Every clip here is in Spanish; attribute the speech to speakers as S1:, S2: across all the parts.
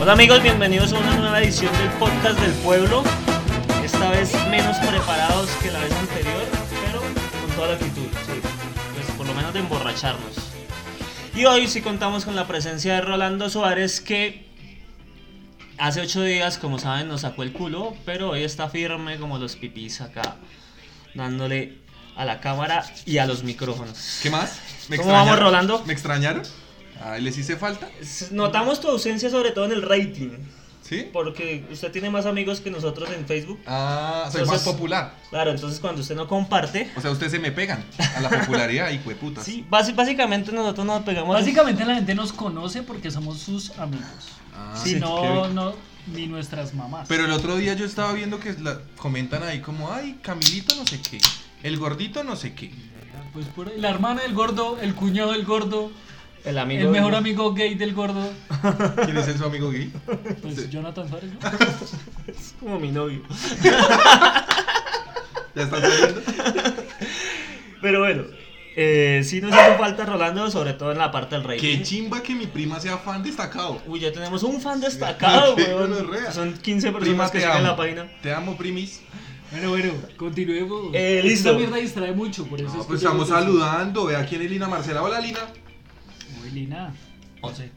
S1: Hola amigos, bienvenidos a una nueva edición del podcast del pueblo. Esta vez menos preparados que la vez anterior, pero con toda la actitud, sí. Pues por lo menos de emborracharnos. Y hoy sí contamos con la presencia de Rolando Suárez que hace ocho días, como saben, nos sacó el culo, pero hoy está firme como los pipis acá, dándole a la cámara y a los micrófonos.
S2: ¿Qué más?
S1: ¿Cómo vamos,
S2: extrañaron?
S1: Rolando?
S2: ¿Me extrañaron? Ay, ¿Les hice falta?
S1: Notamos tu ausencia sobre todo en el rating,
S2: ¿Sí?
S1: porque usted tiene más amigos que nosotros en Facebook.
S2: Ah, soy
S1: Entonces-
S2: más popular.
S1: Claro, entonces cuando usted no comparte,
S2: O sea, ustedes se me pegan a la popularidad, hijo de putas.
S1: sí, basi- básicamente nosotros nos pegamos.
S3: Básicamente la gente nos conoce porque somos sus amigos.
S2: Ah,
S3: si
S2: sí, qué
S3: no,
S2: bien.
S3: no, ni nuestras mamás.
S2: Pero el otro día yo estaba viendo que la- comentan ahí como, ay, Camilito no sé qué, el gordito no sé qué.
S3: Pues puro- la hermana del gordo, el cuñado del gordo,
S1: el amigo.
S3: el mejor amigo gay del gordo,
S2: ¿Quién es el su amigo gay?
S3: pues Jonathan Suárez. ¿no?
S1: Es como mi novio.
S2: ¿Ya están saliendo?
S1: Pero bueno, eh, sí nos hizo falta Rolando, sobre todo en la parte del rating.
S2: Qué chimba que mi prima sea fan destacado.
S1: Uy, ya tenemos un fan destacado,
S2: Sí,
S1: weón.
S2: gonorrea.
S1: Son 15 personas
S2: Prima,
S1: que
S2: te
S1: siguen
S2: amo.
S1: la página.
S2: Te amo, primis.
S3: Bueno, bueno, continuemos.
S1: Eh, listo.
S3: Esta mierda distrae mucho, por eso
S2: No,
S3: es que
S2: pues
S3: yo-
S2: estamos saludando. Vea quién es Lina Marcela. Hola, Lina.
S3: Uy, Lina.
S2: Oh,
S3: José.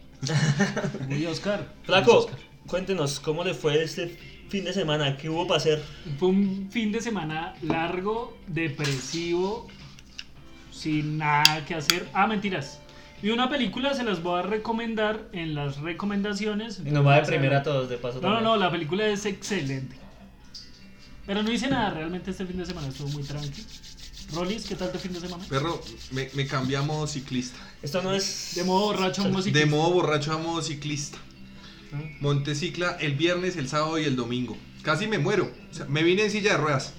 S3: Uy, Oscar.
S1: Flaco, cuéntenos, ¿cómo le fue este fin de semana? ¿Qué hubo para hacer?
S3: Fue un fin de semana largo, depresivo, sin nada que hacer. Ah, mentiras. Vi una película, se las voy a recomendar en las recomendaciones.
S1: Y nos va a deprimir a todos, de paso.
S3: No, no,
S1: también.
S3: no, la película es excelente. Pero no hice nada realmente este fin de semana, estuvo muy tranqui. Rolis, ¿qué tal tu fin de semana?
S2: Perro, me, me cambié a modo ciclista.
S1: Esto no es.
S3: De modo borracho, música.
S2: De modo borracho a modo ciclista. Monté cicla el viernes, el sábado y el domingo. Casi me muero. O sea, me vine en silla de ruedas.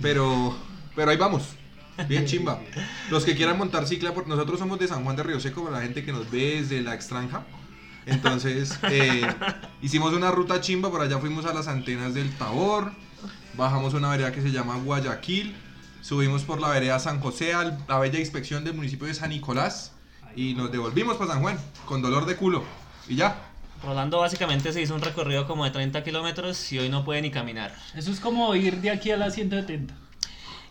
S2: Pero, pero ahí vamos. Bien chimba. Los que quieran montar cicla, por- nosotros somos de San Juan de Río Seco, la gente que nos ve desde la extranja. Entonces, eh, hicimos una ruta chimba, por allá fuimos a las antenas del Tabor, bajamos una vereda que se llama Guayaquil, subimos por la vereda San José a la bella inspección del municipio de San Nicolás y nos devolvimos para San Juan con dolor de culo. Y ya,
S1: Rolando básicamente se hizo un recorrido como de 30 kilómetros y hoy no puede ni caminar.
S3: Eso es como ir de aquí a la 170.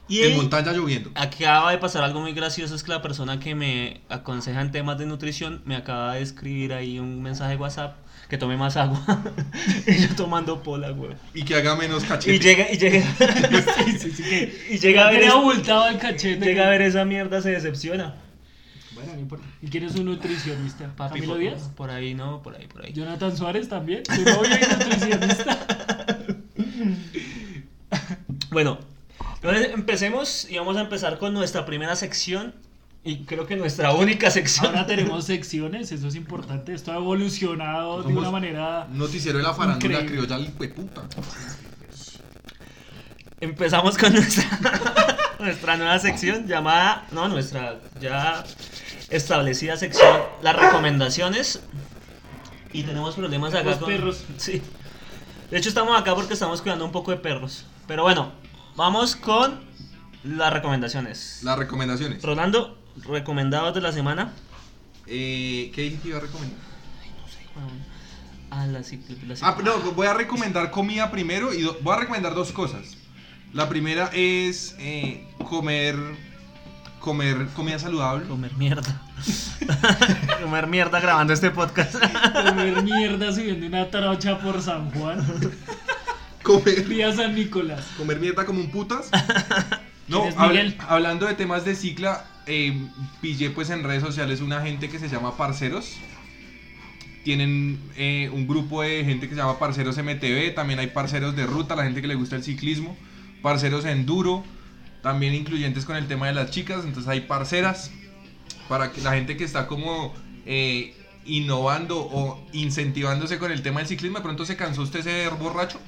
S1: Y
S2: en montaña lloviendo.
S1: Acaba de pasar algo muy gracioso, es que la persona que me aconseja en temas de nutrición me acaba de escribir ahí un mensaje de WhatsApp que tome más agua. y yo tomando pola, güey.
S2: Y que haga menos cachete.
S1: Y llega, y llega,
S3: Sí, sí, sí. que-
S1: y llega a ver,
S3: Tiene
S1: es-
S3: abultado el cachete.
S1: llega a ver esa mierda, se decepciona.
S3: Bueno, no importa. ¿Y quién es un nutricionista?
S1: Papi,
S3: ¿Camilo
S1: por,
S3: Díaz?
S1: por ahí no, por ahí, por ahí.
S3: ¿Jonathan Suárez también? ¿Tu novio es nutricionista?
S1: Bueno, entonces empecemos y vamos a empezar con nuestra primera sección y creo que nuestra única sección.
S3: Ahora tenemos secciones, eso es importante. Esto ha evolucionado de
S2: Somos-
S3: una manera...
S2: Noticiero de la farándula
S3: Increíble.
S2: criolla, hijo de puta.
S1: Empezamos con nuestra, nuestra nueva sección llamada, no, nuestra ya establecida sección, las recomendaciones. Y tenemos problemas acá
S3: Los
S1: con
S3: perros.
S1: Sí. De hecho estamos acá porque estamos cuidando un poco de perros. Pero bueno, vamos con las recomendaciones.
S2: Las recomendaciones.
S1: Rolando, recomendados de la semana.
S2: Eh, ¿Qué dije que iba a recomendar?
S1: Ah, la ciclo- la ciclo-
S2: Ah, no, voy a recomendar comida primero y do- voy a recomendar dos cosas. La primera es eh, comer comer comida saludable.
S1: Comer mierda. Comer mierda grabando este podcast.
S3: Comer mierda subiendo una trocha por San Juan.
S2: Comer,
S3: Día San Nicolás.
S2: comer mierda como un putas.
S3: ¿Quién
S2: No,
S3: es
S2: habla-
S3: Miguel?
S2: hablando de temas de cicla, eh, pillé pues en redes sociales una gente que se llama Parceros. Tienen eh, un grupo de gente que se llama Parceros MTV, también hay Parceros de Ruta, la gente que le gusta el ciclismo, Parceros Enduro, también incluyentes con el tema de las chicas, entonces hay Parceras, para que la gente que está como eh, innovando o incentivándose con el tema del ciclismo, de pronto se cansó usted de ser borracho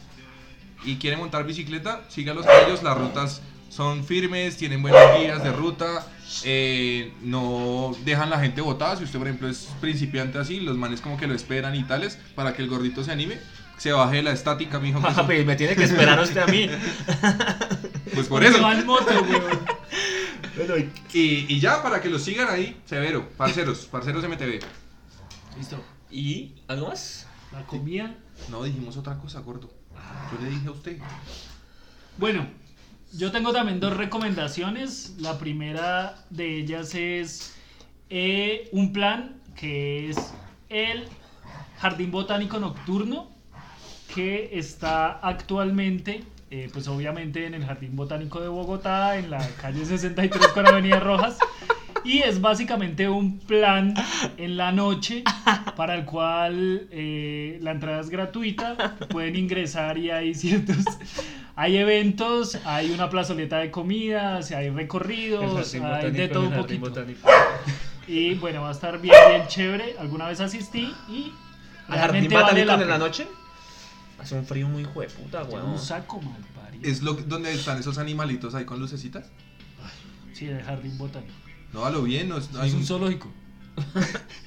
S2: y quiere montar bicicleta, sígalos a ellos, las rutas son firmes, tienen buenas guías de ruta, eh, no dejan la gente botada, si usted por ejemplo es principiante así, los manes como que lo esperan y tales, para que el gordito se anime, se baje de la estática, mijo. pues, que son-
S1: Papi, me tiene que esperar usted a mí.
S2: Pues por eso.
S3: Se va en moto, weón.
S2: Y, y ya, para que los sigan ahí, severo, parceros, parceros MTV.
S3: Listo.
S1: ¿Y algo más?
S3: La comida.
S2: No, dijimos otra cosa, gordo. Yo le dije a usted.
S3: Bueno, yo tengo también dos recomendaciones. La primera de ellas es eh, un plan que es el Jardín Botánico Nocturno, que está actualmente, eh, pues obviamente en el Jardín Botánico de Bogotá, en la calle 63 con Avenida Rojas. Y es básicamente un plan en la noche para el cual eh, la entrada es gratuita, pueden ingresar y hay ciertos... Hay eventos, hay una plazoleta de comidas, hay recorridos, hay de todo un poquito. Y bueno, va a estar bien, bien chévere. Alguna vez asistí y
S4: ¿Al jardín
S3: realmente vale
S4: botánico
S3: la
S4: en la
S3: pena.
S4: noche? Hace un frío muy hijo de puta,
S3: Lleva
S4: weón.
S3: Un saco mal parido.
S2: ¿Es lo que- donde están esos animalitos ahí con lucecitas?
S3: Sí, el jardín botánico.
S2: No, a lo bien, no es, hay
S3: es un
S2: un-
S3: zoológico.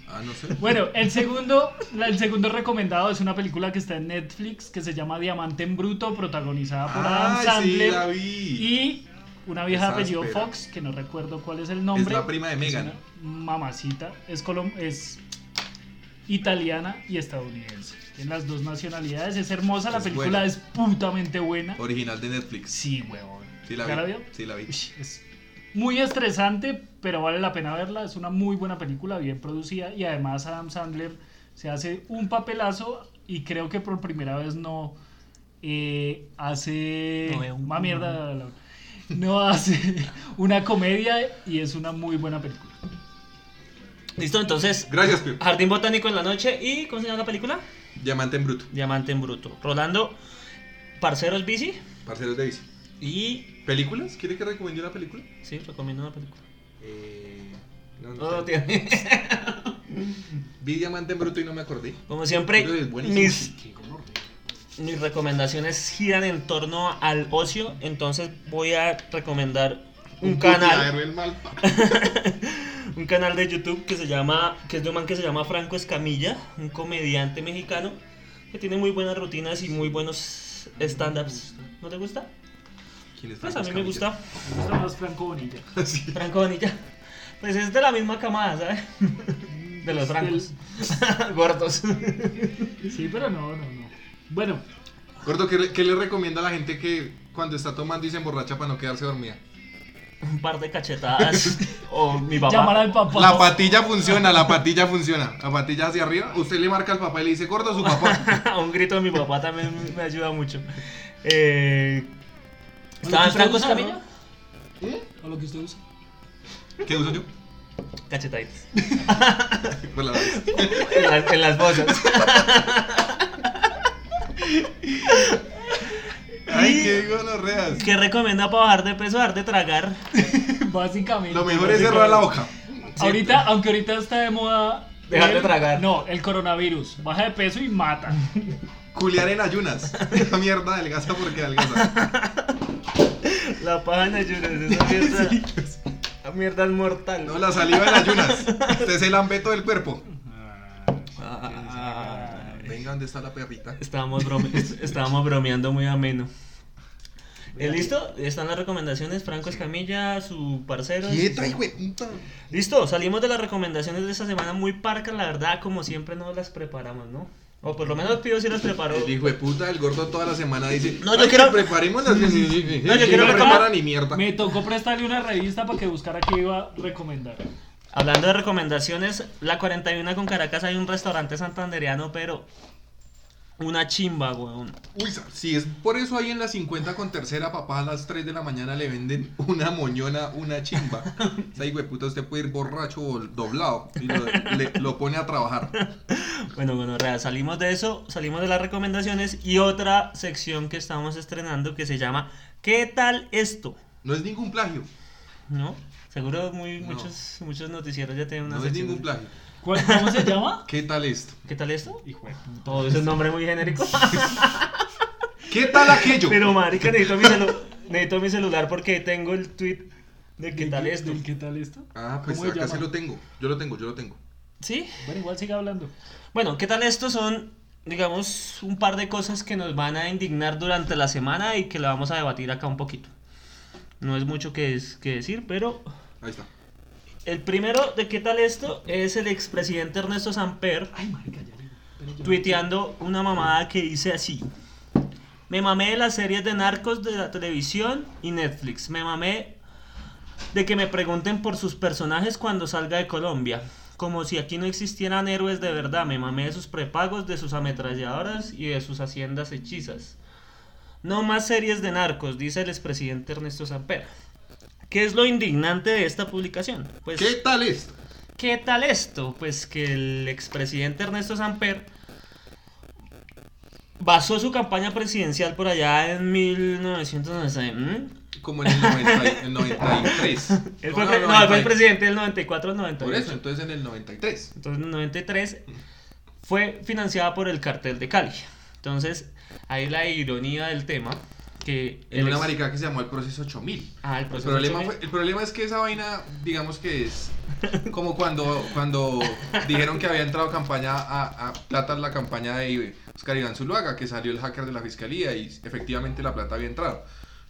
S2: Ah, no sé.
S3: Bueno, el segundo, la- el segundo recomendado es una película que está en Netflix que se llama Diamante en Bruto, protagonizada por Adam
S2: Ay, sí,
S3: Sandler
S2: la vi.
S3: y una vieja de apellido
S2: Exáspera.
S3: Fox, que no recuerdo cuál es el
S2: Es
S3: nombre.
S2: la prima de
S3: Es
S2: Megan.
S3: una Mamacita. Es, colom- es italiana y estadounidense. En las dos nacionalidades. Es hermosa. La
S2: Es
S3: película
S2: buena.
S3: es putamente buena.
S2: Original de Netflix.
S3: Sí, huevón.
S2: Sí la
S3: ¿Ya la
S2: vi.
S3: vio?
S2: Sí la vi.
S3: Ush, Es muy estresante, pero vale la pena verla. Es una muy buena película, bien producida. Y además Adam Sandler se hace un papelazo y creo que por primera vez no eh, hace...
S4: No veo un
S3: Una
S4: culo.
S3: mierda. la- No hace una comedia y es una muy buena película.
S1: Listo, entonces,
S2: Gracias, Pio.
S1: Jardín Botánico en la noche y ¿cómo se llama la película?
S2: Diamante en bruto.
S1: Diamante en Bruto. Rolando, Parceros Bici
S2: Parceros de bici.
S1: y...
S2: ¿Películas? ¿Quiere que recomiende una película?
S1: Sí, recomiendo una película.
S2: Eh, no, no
S1: No,
S2: sé.
S1: tiene.
S2: Vi Diamante en bruto y no me acordé.
S1: Como siempre,
S2: Pero es buenísimo.
S1: mis mis recomendaciones giran en torno al ocio, entonces voy a recomendar un, canal,
S2: putadero, el mal pa-
S1: un canal de YouTube que se llama, que es de un man que se llama Franco Escamilla, un comediante mexicano que tiene muy buenas rutinas y muy buenos stand-ups. ¿No te gusta?
S2: ¿Quién es
S1: Pues a
S2: Franco
S1: mí me
S2: Escamilla?
S1: gusta.
S3: Me gusta más Franco Bonilla.
S1: Franco Bonilla. Pues es de la misma camada, ¿sabes? De los francos. Gordos.
S3: Sí, pero no, no, no. Bueno,
S2: Gordo, ¿qué, le- qué le recomienda a la gente que cuando está tomando y se emborracha para no quedarse dormida?
S1: Un par de cachetadas. O mi papá.
S3: llamar al papá.
S2: La patilla funciona, la patilla funciona. La patilla hacia arriba. Usted le marca al papá y le dice, gordo, su papá.
S1: un grito de mi papá también me ayuda mucho. Eh, ¿Estaba en
S3: ¿Usted
S1: Franco
S3: usa,
S1: Escamilla?
S3: ¿O lo que usted usa?
S2: ¿Qué uso yo?
S1: Cachetaditas.
S2: Por la nariz.
S1: En, las- en las bolsas.
S2: Ay, qué digo los reas.
S1: ¿Qué recomienda para bajar de peso? Dejar de tragar.
S3: Básicamente.
S2: Lo mejor es cerrar la boca.
S3: Ahorita, aunque ahorita está de moda.
S4: Dejar de
S3: el-
S4: tragar.
S3: No, el coronavirus. Baja de peso y mata.
S2: Culear en ayunas. Esa mierda adelgaza porque adelgaza.
S1: La paja en ayunas, esa mierda. Esa mierda es mortal.
S2: pues. No, la saliva en ayunas. Usted es el ambeto del cuerpo.
S1: Ah,
S2: Venga, ¿dónde está la perrita?
S1: estábamos, brome- es- estábamos bromeando muy ameno. Eh, ¿Listo? Están las recomendaciones. Franco Escamilla, su parcero.
S2: Quieta, hijo de puta.
S1: Listo, salimos de las recomendaciones de esta semana muy parcas, la verdad, como siempre no las preparamos, ¿no? O por lo menos pido si las preparó.
S2: El hijo de puta, el gordo toda la semana dice:
S1: No, yo
S2: "Ay,
S1: quiero-
S2: que Preparemos las. No,
S1: yo quiero
S2: No
S1: recomendar-
S2: prepara ni mierda.
S3: Me tocó prestarle una revista para que buscara qué iba a recomendar.
S1: Hablando de recomendaciones, la 41 con Caracas hay un restaurante santandereano, pero una chimba, weón.
S2: Uy, si es por eso ahí en la 50 con tercera, papá, a las 3 de la mañana le venden una moñona, una chimba. O sea, hijo de puta, usted puede ir borracho o doblado y lo, le- lo pone a trabajar.
S1: Bueno, bueno, real, salimos de eso, salimos de las recomendaciones y otra sección que estamos estrenando que se llama ¿Qué tal esto?
S2: No es ningún plagio.
S1: ¿No? Seguro muy,
S2: No.
S1: muchos, muchos noticieros ya tienen una
S2: No es
S1: sección.
S2: ningún plagio.
S3: ¿Cuál- ¿Cómo se llama?
S2: ¿Qué tal esto?
S1: ¿Qué tal esto?
S3: Hijo de puta.
S1: Todo ese nombre muy genérico.
S2: ¿Qué tal aquello?
S1: Pero marica, necesito mi, celu- necesito mi celular porque tengo el tweet de qué tal
S3: ¿Del-
S1: esto.
S3: del ¿Qué tal esto?
S2: Ah, pues
S3: ¿Cómo se
S2: acá
S3: llama?
S2: se lo tengo. Yo lo tengo, yo lo tengo.
S1: ¿Sí?
S3: Bueno, igual siga hablando.
S1: Bueno, ¿qué tal esto? Son, digamos, un par de cosas que nos van a indignar durante la semana y que la vamos a debatir acá un poquito. No es mucho que, es- que decir, pero
S2: Ahí está.
S1: el primero de qué tal esto es el expresidente Ernesto Samper,
S3: Ay, marica, ya le digo.
S1: tuiteando una mamada que dice así. Me mamé de las series de narcos de la televisión y Netflix. Me mamé de que me pregunten por sus personajes cuando salga de Colombia. Como si aquí no existieran héroes de verdad. Me mamé de sus prepagos, de sus ametralladoras y de sus haciendas hechizas. No más series de narcos, dice el expresidente Ernesto Sampera. ¿Qué es lo indignante de esta publicación? Pues,
S2: ¿Qué tal esto?
S1: ¿Qué tal esto? Pues que el expresidente Ernesto Samper basó su campaña presidencial por allá en 1990. ¿Mm?
S2: Como en el, 90 y- el 93.
S1: Él fue,
S2: No,
S1: pre-
S2: no,
S1: no, él
S2: 90.
S1: fue el presidente del 94 al 98.
S2: Por eso, entonces en el 93.
S1: Entonces, en el 93 fue financiada por el cartel de Cali. Entonces, ahí la ironía del tema que
S2: En
S1: el
S2: una
S1: ex-
S2: marica que se llamó el proceso 8000.
S1: Ah, el
S2: El
S1: proceso
S2: problema,
S1: Chomel.
S2: fue- el problema es que esa vaina, digamos que es como cuando, cuando dijeron que había entrado campaña a, a plata en la campaña de Oscar Iván Zuluaga, que salió el hacker de la fiscalía y efectivamente la plata había entrado.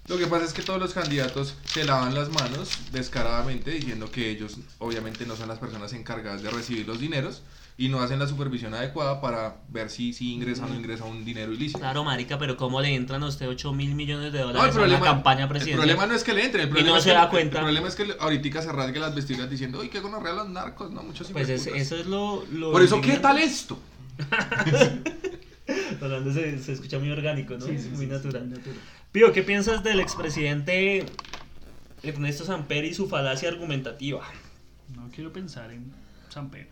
S2: Lo que pasa es que todos los candidatos se lavan las manos descaradamente diciendo que ellos obviamente no son las personas encargadas de recibir los dineros y no hacen la supervisión adecuada para ver si, si ingresa o no ingresa un dinero ilícito.
S1: Claro, marica, pero ¿cómo le entran a usted 8 mil millones de
S2: No, el
S1: dólares a
S2: problema,
S1: una campaña
S2: el
S1: presidencial?
S2: problema no es que le entre, el problema,
S1: no
S2: es
S1: se
S2: que,
S1: da
S2: el-
S1: cuenta.
S2: el problema es que le- ahorita se rasgue las vestiduras diciendo, uy, qué gonorrea los narcos, no, muchos
S1: Pues es-
S2: hijueputas".
S1: eso es lo, lo
S2: Por eso, ¿qué
S1: indignante.
S2: tal esto?
S1: Hablando se, se escucha muy orgánico, ¿no?
S3: Sí, sí,
S1: muy
S3: sí,
S1: natural.
S3: sí, natural.
S1: Pío, ¿qué piensas del expresidente Ernesto Samperi y su falacia argumentativa?
S3: No quiero pensar en San Pedro.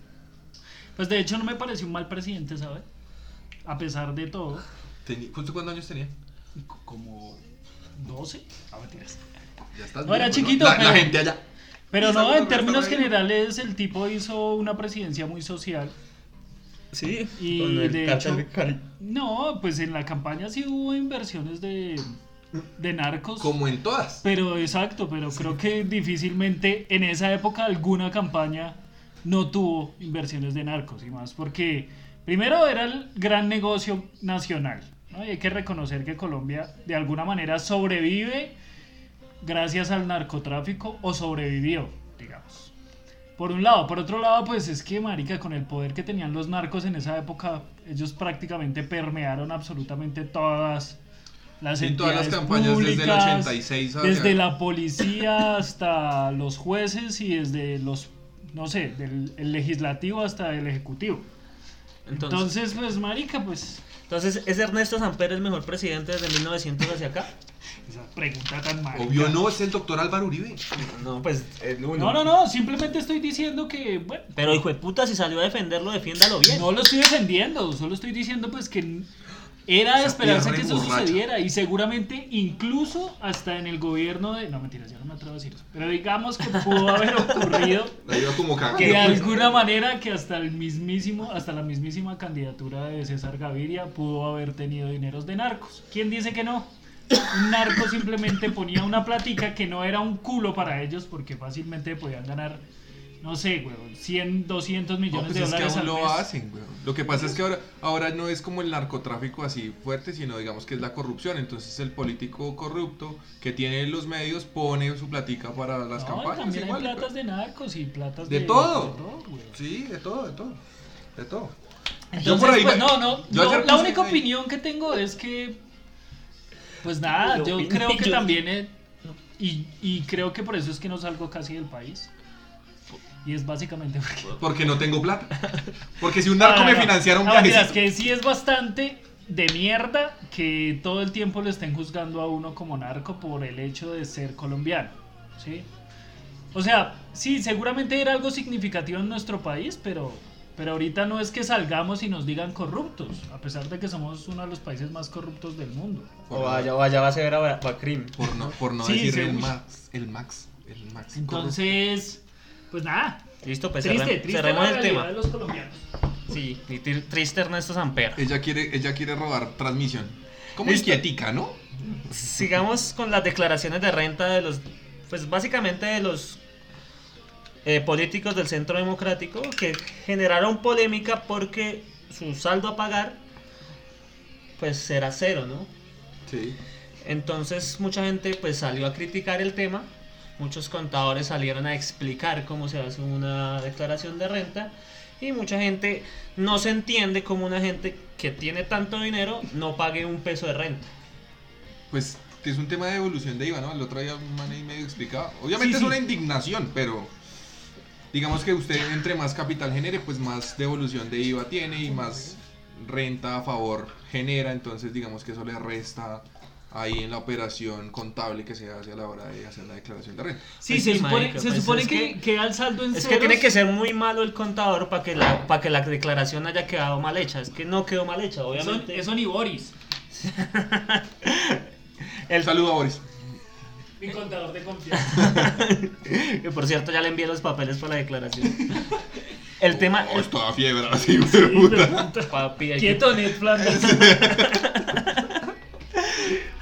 S3: Pues de hecho no me pareció un mal presidente, ¿sabes? A pesar de todo,
S2: Teni- ¿Justo cuántos años tenía?
S3: c- como 12. Ah, mentiras.
S2: Ya estás
S3: No, era
S2: viejo,
S3: chiquito,
S2: La, la
S3: pero-
S2: gente allá.
S3: Pero
S2: Quizá
S3: no,
S2: uno
S3: en
S2: no
S3: términos
S2: estaba ahí.
S3: generales el tipo hizo una presidencia muy social.
S1: Sí,
S3: Y
S1: con el
S3: de
S1: cártel
S3: hecho-
S1: de Cali.
S3: No, pues en la campaña sí hubo inversiones de, de narcos.
S2: Como en todas.
S3: Pero exacto, pero creo que difícilmente en esa época alguna campaña no tuvo inversiones de narcos y más, porque primero era el gran negocio nacional, ¿no? y hay que reconocer que Colombia de alguna manera sobrevive gracias al narcotráfico o sobrevivió, digamos. Por un lado, por otro lado, pues es que, marica, con el poder que tenían los narcos en esa época, ellos prácticamente permearon absolutamente todas las
S2: Sí, todas las
S3: entidades
S2: campañas desde el
S3: públicas,
S2: 86 hacia-
S3: desde la policía hasta los jueces y desde los, no sé, del el legislativo hasta el ejecutivo.
S1: Entonces,
S3: Entonces, pues, marica, pues,
S1: entonces, ¿es Ernesto Samper el mejor presidente desde 1900 hacia acá?
S3: esa pregunta tan mal.
S2: Obvio no, es el doctor Álvaro Uribe.
S1: No, pues el uno.
S3: No, no, no, simplemente estoy diciendo que, bueno,
S1: Pero hijo de puta, si salió a defenderlo, defiéndalo bien.
S3: No lo estoy defendiendo, solo estoy diciendo pues que era de
S2: Esa
S3: esperarse
S2: pierna
S3: que eso
S2: emborracha.
S3: sucediera y seguramente incluso hasta en el gobierno de... No, mentiras, yo no me atrevo a decir eso. Pero digamos que pudo haber ocurrido
S2: La iba como cagando.
S3: de alguna manera que hasta el mismísimo, hasta la mismísima candidatura de César Gaviria pudo haber tenido dineros de narcos. ¿Quién dice que no? Un narco simplemente ponía una platica que no era un culo para ellos porque fácilmente podían ganar, no sé, huevón, 100, 200
S2: No,
S3: millones
S2: pues
S3: de
S2: es que
S3: dólares
S2: aún
S3: al
S2: lo
S3: mes.
S2: hacen, weón. Lo que pasa es que ahora, ahora no es como el narcotráfico así fuerte, sino digamos que es la corrupción. Entonces el político corrupto que tiene los medios pone su platica para las
S3: No, y
S2: campañas.
S3: también
S2: Igual,
S3: hay
S2: weón.
S3: platas de narcos y platas
S2: De
S3: de...
S2: todo.
S3: de güey.
S2: Sí, de todo, de todo. De todo.
S3: Entonces,
S2: por ahí
S3: pues,
S2: me-
S3: no, no,
S2: yo
S3: no,
S2: ayer
S3: la
S2: puse-
S3: única
S2: ay.
S3: opinión que tengo es que... Pues nada,
S1: Yo
S3: yo
S1: opiné,
S3: creo que
S1: yo-
S3: también... eh, y, y creo que por eso es que no salgo casi del país. Y es básicamente porque...
S2: Porque no tengo plata. Porque si un narco
S3: Ah, No, no,
S2: me
S3: no.
S2: financiara un
S3: No,
S2: viaje.
S3: mentiras, que sí es bastante de mierda que todo el tiempo lo estén juzgando a uno como narco por el hecho de ser colombiano, ¿sí? O sea, sí, seguramente era algo significativo en nuestro país, pero, pero ahorita no es que salgamos y nos digan corruptos, a pesar de que somos uno de los países más corruptos del mundo.
S2: Por,
S5: O allá, o allá va a ser a Bacrim.
S2: por no, por no
S3: Sí,
S2: decir
S3: sí,
S2: el
S3: uy.
S2: Max. El Max. El Max.
S3: Entonces, pues nada,
S1: Listo, pues
S3: triste,
S1: cerrem-
S3: triste
S1: cerremos
S3: la
S1: el
S3: realidad
S1: tema.
S3: de los colombianos.
S1: Sí, y tri- triste Ernesto Samper.
S2: Ella quiere, ella quiere robar transmisión. Como
S1: Listo.
S2: inquietica, ¿no?
S1: Sigamos con las declaraciones de renta de los, pues básicamente de los eh, políticos del Centro Democrático que generaron polémica porque su saldo a pagar, pues será cero, ¿no?
S2: Sí.
S1: Entonces mucha gente pues salió a criticar el tema, muchos contadores salieron a explicar cómo se hace una declaración de renta Y mucha gente no se entiende como una gente que tiene tanto dinero no pague un peso de renta.
S2: Pues que es un tema de evolución de IVA, ¿no? El otro día un man ahí medio explicado. Obviamente
S3: Sí,
S2: es
S3: sí.
S2: una indignación, pero digamos que usted entre más capital genere, pues más devolución de IVA tiene y más renta a favor genera, entonces digamos que eso le resta ahí en la operación contable que se hace a la hora de hacer la declaración de renta.
S3: Sí,
S1: Pues
S3: se
S1: sí,
S3: supone,
S1: marica,
S3: se
S1: pues
S3: supone
S1: es
S3: que,
S1: que-
S3: que al saldo en
S1: Es que
S3: ceros-
S1: tiene que ser muy malo el contador para que la para que la declaración haya quedado mal hecha. Es que no quedó mal hecha,
S3: Eso,
S1: obviamente.
S3: eso ni Boris,
S1: El-
S2: Saludo a Boris.
S3: mi contador de confianza.
S1: que por cierto ya le envié los papeles para la declaración. El tema
S2: Oh,
S1: el-
S2: estaba fiebre, así, pero puta.
S1: papi, hay que-
S3: Quieto, Ned Flanders.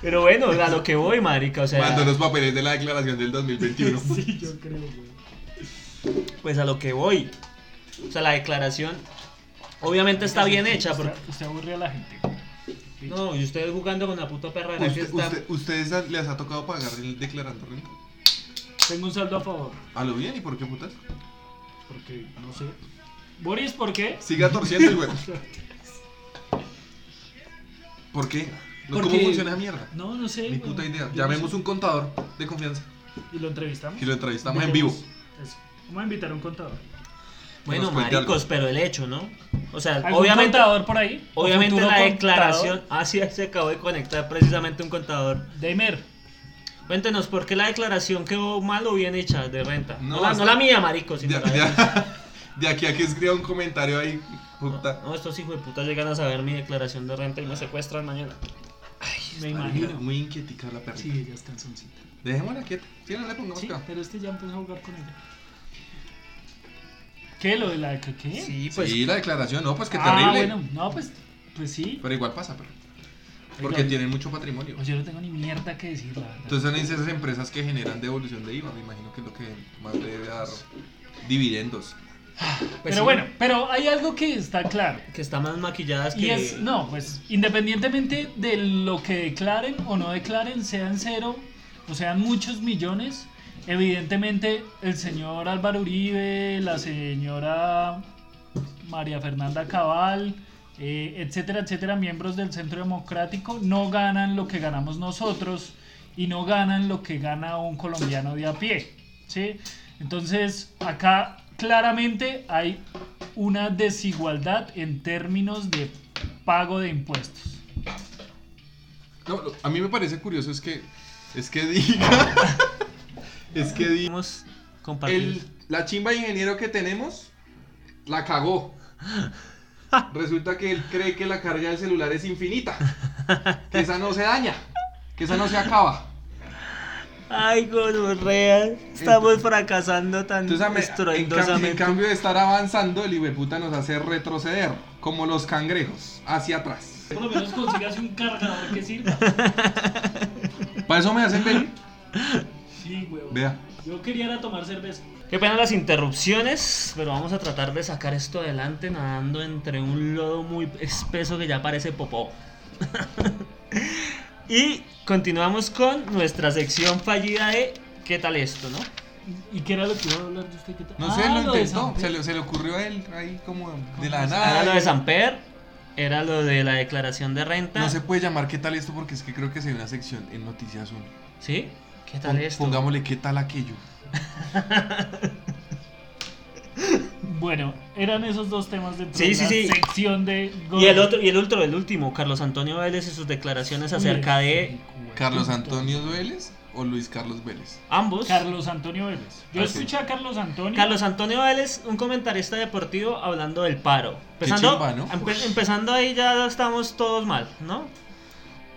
S1: pero bueno, a lo que voy, marica, o sea,
S2: Mandó los papeles de la declaración del 2021.
S3: sí, yo creo, güey.
S1: pues a lo que voy. O sea, la declaración obviamente está bien hecha porque
S3: Usted, usted aburre a la gente.
S1: no, y ustedes jugando con la puta perra de la
S2: Usted-
S1: fiesta.
S2: usted- ¿Ustedes han- les ha tocado pagar el declarando renta?
S3: Tengo un saldo a favor.
S2: ¿A lo bien? ¿Y por qué putas?
S3: Porque, no sé. Boris, ¿por qué?
S2: Siga torciendo el güey. ¿Por qué? No,
S3: Porque-
S2: ¿Cómo funciona esa mierda?
S3: No, no sé.
S2: Ni
S3: güey.
S2: puta idea.
S3: Yo no
S2: Llamemos
S3: sé.
S2: un contador de confianza
S3: Y lo entrevistamos.
S2: y lo entrevistamos en vivo.
S3: Dejemos- Eso. Vamos a invitar a un contador.
S1: Bueno,
S2: nos cuente
S1: maricos, pero el hecho, ¿no? O sea,
S3: ¿Algún
S1: obviamente
S3: contador por ahí? ¿O
S1: Obviamente
S3: futuro
S1: la
S3: contador?
S1: declaración, ah sí, se acabó de conectar precisamente un contador.
S3: Daimer.
S1: Cuéntenos por qué la declaración quedó mal o bien hecha de renta. No,
S2: No,
S1: la,
S2: hasta-
S1: no la mía, marico,
S2: De,
S1: sino la de-
S2: de- de aquí a que escriba un comentario ahí, puta.
S1: No, estos hijos de puta llegan a saber mi declaración de renta y me secuestran mañana.
S3: Me
S2: Marica,
S3: imagino.
S2: Muy inquietica la perrita.
S3: Sí, ella es canzoncita.
S2: Dejémosla quieta. Sí, no le pongamos
S3: Sí,
S2: cuidado.
S3: pero este ya empezó a jugar con ella. ¿Qué? ¿Lo de la que qué?
S1: Sí, pues.
S2: Sí, la declaración, no, pues qué
S3: ah,
S2: terrible.
S3: bueno, no, pues, pues sí.
S2: Pero igual pasa, pero. Porque
S3: Oiga,
S2: tienen mucho patrimonio.
S3: Yo no tengo ni mierda que decir, la verdad.
S2: Entonces son esas empresas que generan devolución de IVA, me imagino que es lo que más le debe dar dividendos.
S1: pues
S3: pero
S1: sí,
S3: bueno, pero hay algo que está claro.
S1: Que están más maquilladas
S3: Y
S1: que.
S3: es, no, pues independientemente de lo que declaren o no declaren, sean cero o sean muchos millones, evidentemente el señor Álvaro Uribe, la señora María Fernanda Cabal, eh, etcétera, etcétera, miembros del Centro Democrático, no ganan lo que ganamos nosotros y no ganan lo que gana un colombiano de a pie. ¿sí? Entonces, acá claramente hay una desigualdad en términos de pago de impuestos.
S2: No, lo- a mí me parece curioso es que es que diga es que diga
S1: Podemos compartir.
S2: el, la chimba de ingeniero que tenemos la cagó. Resulta que él cree que la carga del celular es infinita, que esa no se daña, que esa no se acaba.
S1: Ay, gonorrea. Estamos fracasando tan
S2: Entonces, a me- en, cam- en
S1: estruendosamente.
S2: cambio de estar avanzando, el hijueputa nos hace retroceder, como los cangrejos, hacia atrás.
S3: Por lo menos consigas un cargador que sirva.
S2: Para eso me hacen ver.
S3: Sí, huevón.
S2: Vea.
S3: Yo quería era tomar cerveza.
S1: Qué pena las interrupciones, pero vamos a tratar de sacar esto adelante nadando entre un lodo muy espeso que ya parece popó. y continuamos con nuestra sección fallida de ¿Qué tal esto, no?
S3: ¿Y qué era lo que iba a hablar de usted? ¿Qué tal?
S2: No sé,
S3: Ah,
S2: lo
S3: de
S2: intentó.
S3: San
S2: Se
S3: Pedro.
S2: le, se le ocurrió a él ahí como de la
S3: Era
S1: Era
S2: nada.
S1: Ah, lo de Samper, era lo de la declaración de renta.
S2: No se puede llamar qué tal esto porque es que creo que se dio una sección en Noticias 1.
S1: ¿Sí? ¿Qué tal
S2: Pon-
S1: esto?
S2: Pongámosle qué tal aquello.
S3: Bueno, eran esos dos temas dentro
S1: Sí,
S3: de
S1: sí,
S3: la
S1: sí.
S3: sección de...
S1: Y el otro, y el otro, el último, Carlos Antonio Vélez y sus declaraciones acerca de
S2: ¿Carlos Antonio Vélez o Luis Carlos Vélez?
S1: ambos.
S3: Carlos Antonio Vélez. Yo
S2: Ah, sí.
S3: escuché a Carlos Antonio.
S1: Carlos Antonio Vélez, un comentarista deportivo hablando del paro.
S2: Qué
S1: Empezando,
S2: chimba, ¿no?
S1: empe- empezando ahí ya estamos todos mal, ¿no?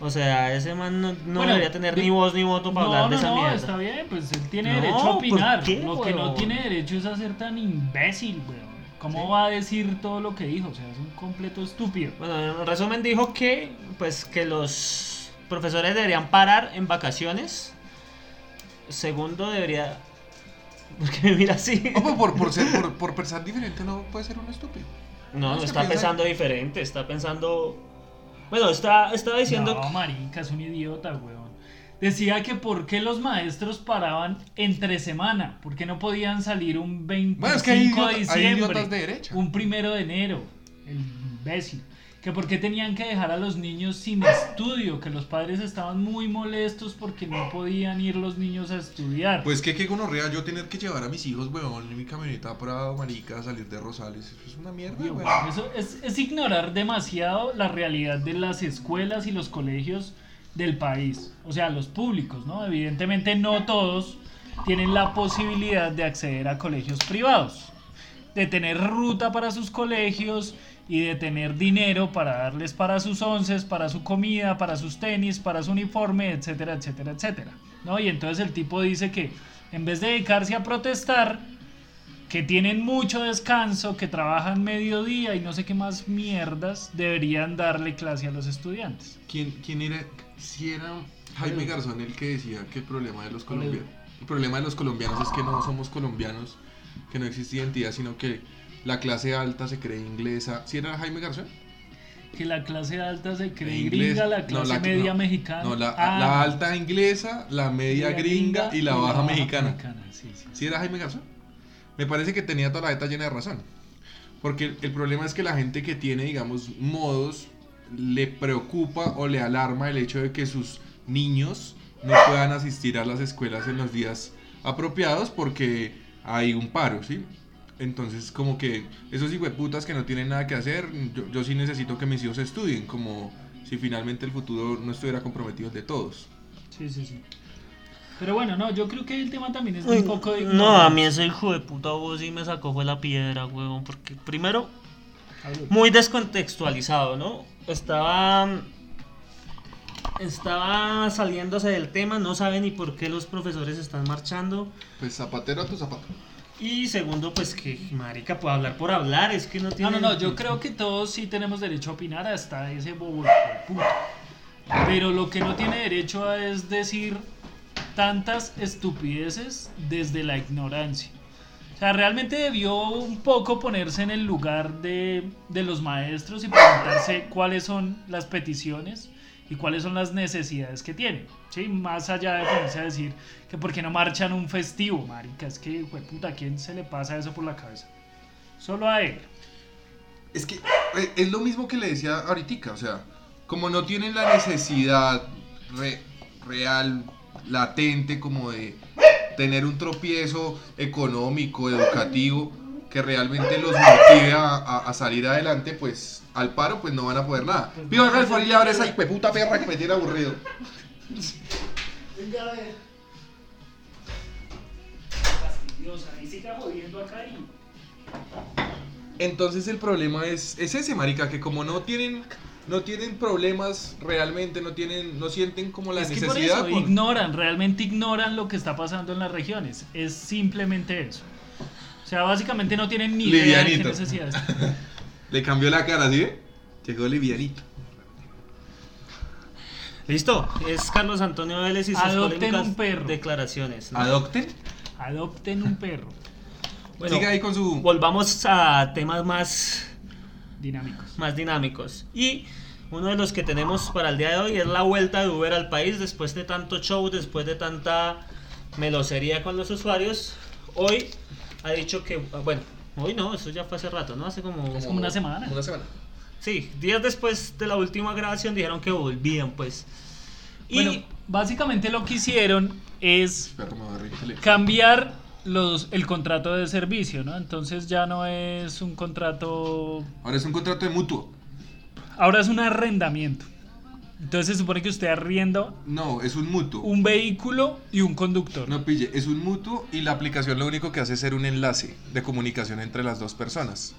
S1: O sea, ese man no, no
S3: Bueno,
S1: debería tener
S3: de-
S1: ni voz ni voto para hablar de
S3: No, no,
S1: esa
S3: no,
S1: mierda.
S3: está bien, pues él tiene
S1: No,
S3: derecho a
S1: ¿por
S3: opinar.
S1: qué,
S3: lo que no
S1: huevón?
S3: tiene derecho es a ser tan imbécil, weón. ¿Cómo
S1: Sí. Pues,
S3: va a decir todo lo que dijo? O sea, es un completo estúpido.
S1: Bueno, en resumen dijo que pues que los profesores deberían parar en vacaciones. Segundo debería porque me mira así.
S2: No, pues, por, por, ser, por, por pensar diferente no puede ser un estúpido.
S1: No,
S2: Es
S1: no
S2: que
S1: está
S2: piensa-
S1: pensando diferente, está pensando Bueno, está, está diciendo
S3: No, marica, es un idiota, weón. Decía que por qué los maestros paraban entre semana, por qué no podían salir un 25
S2: Bueno, es que hay
S3: de
S2: idiota- hay
S3: diciembre,
S2: idiotas de derecha.
S3: un primero de enero, el imbécil. Que por qué tenían que dejar a los niños sin estudio, que los padres estaban muy molestos porque no podían ir los niños a estudiar.
S2: Pues que qué gonorrea yo tener que llevar a mis hijos, weón, en mi camioneta para marica a salir de Rosales. Eso es una mierda,
S3: Digo,
S2: weón.
S3: bueno, eso es, es ignorar demasiado la realidad de las escuelas y los colegios del país, o sea, los públicos, ¿no? Evidentemente no todos tienen la posibilidad de acceder a colegios privados, de tener ruta para sus colegios y de tener dinero para darles para sus onces, para su comida, para sus tenis, para su uniforme, etcétera, etcétera, etcétera, ¿no? Y entonces el tipo dice que en vez de dedicarse a protestar, que tienen mucho descanso, que trabajan mediodía y no sé qué más mierdas, deberían darle clase a los estudiantes.
S2: ¿Quién, quién era? Si era Jaime Garzón el que decía que el problema de los colombianos. El problema de los colombianos es que no somos colombianos, que no existe identidad, sino que la clase alta se cree inglesa. ¿Si era Jaime Garzón?
S3: Que la clase alta se cree
S2: Inglés.
S3: gringa, la
S2: No,
S3: clase
S2: la-
S3: media
S2: no,
S3: mexicana.
S2: No, la,
S3: Ah,
S2: la alta inglesa, la media gringa y la baja mexicana.
S3: sí, sí.
S2: ¿Sí era Jaime Garzón? Me parece que tenía toda la beta llena de razón. Porque el, el problema es que la gente que tiene, digamos, modos, le preocupa o le alarma el hecho de que sus niños no puedan asistir a las escuelas en los días apropiados porque hay un paro, ¿sí? Entonces, como que esos hijueputas que no tienen nada que hacer, yo, yo sí necesito que mis hijos estudien, como si finalmente el futuro no estuviera comprometido el de todos.
S3: Sí, sí, sí. Pero bueno, no, yo creo que el tema también es un poco de
S6: No, a mí ese hijo de puta voz sí me sacó fue la piedra, huevón, porque primero,
S3: Hablo.
S6: muy descontextualizado, ¿no? Estaba estaba saliéndose del tema, no sabe ni por qué los profesores están marchando.
S2: Pues zapatero a tu zapato.
S6: Y segundo, pues que marica puede hablar por hablar, es que no
S3: No,
S6: tiene
S3: Ah, no, no, yo creo que todos sí tenemos derecho a opinar hasta ese bobo de puta. Pero lo que no tiene derecho a es decir tantas estupideces desde la ignorancia. O sea, realmente debió un poco ponerse en el lugar de, de los maestros y preguntarse cuáles son las peticiones y cuáles son las necesidades que tienen. ¿sí? Más allá de ponerse a decir que por qué no marchan un festivo, marica. Es que, puta, ¿a quién se le pasa eso por la cabeza? Solo a él.
S2: Es que eh, es lo mismo que le decía ahorita, o sea, como no tienen la necesidad re- real, latente, como de tener un tropiezo económico, educativo, que realmente los motive a, a- a salir adelante, pues al paro, pues no van a poder nada. Viva Rafael Forilla, abre esa puta perra que me tiene aburrido.
S3: fastidiosa. Y siga jodiendo acá y.
S2: Entonces el problema es, es ese, marica, que como no tienen, no tienen problemas realmente, no tienen, no sienten como la
S3: Es que por
S2: necesidad. pues,
S3: eso
S2: por-
S3: ignoran, realmente ignoran lo que está pasando en las regiones. Es simplemente eso. O sea, básicamente no tienen ni idea de qué
S2: Livianito.
S3: necesidades.
S2: Le cambió la cara, ¿sí? ve? Llegó livianito.
S6: Listo, es Carlos Antonio Vélez y sus
S3: Adopten
S6: polémicas
S3: un perro.
S6: declaraciones. ¿no?
S2: Adopten.
S3: Adopten un perro.
S6: Bueno,
S2: Siga ahí con su.
S6: volvamos a temas más
S3: Dinámicos.
S6: más dinámicos. Y uno de los que tenemos para el día de hoy es la vuelta de Uber al país después de tanto show, después de tanta melosería con los usuarios. Hoy ha dicho que, bueno, hoy no, eso ya fue hace rato, ¿no? Hace como...
S3: como una semana.
S2: Una semana.
S6: Sí, días después de la última grabación dijeron que volvían, pues. Y
S3: Bueno, básicamente lo que hicieron es
S2: Espera, como arríjale.
S3: cambiar los, el contrato de servicio, ¿no? Entonces ya no es un contrato
S2: Ahora es un contrato de mutuo.
S3: Ahora es un arrendamiento. Entonces se supone que usted arrienda
S2: No, es un mutuo.
S3: un vehículo y un conductor.
S2: No pille, es un mutuo y la aplicación lo único que hace es ser un enlace de comunicación entre las dos personas.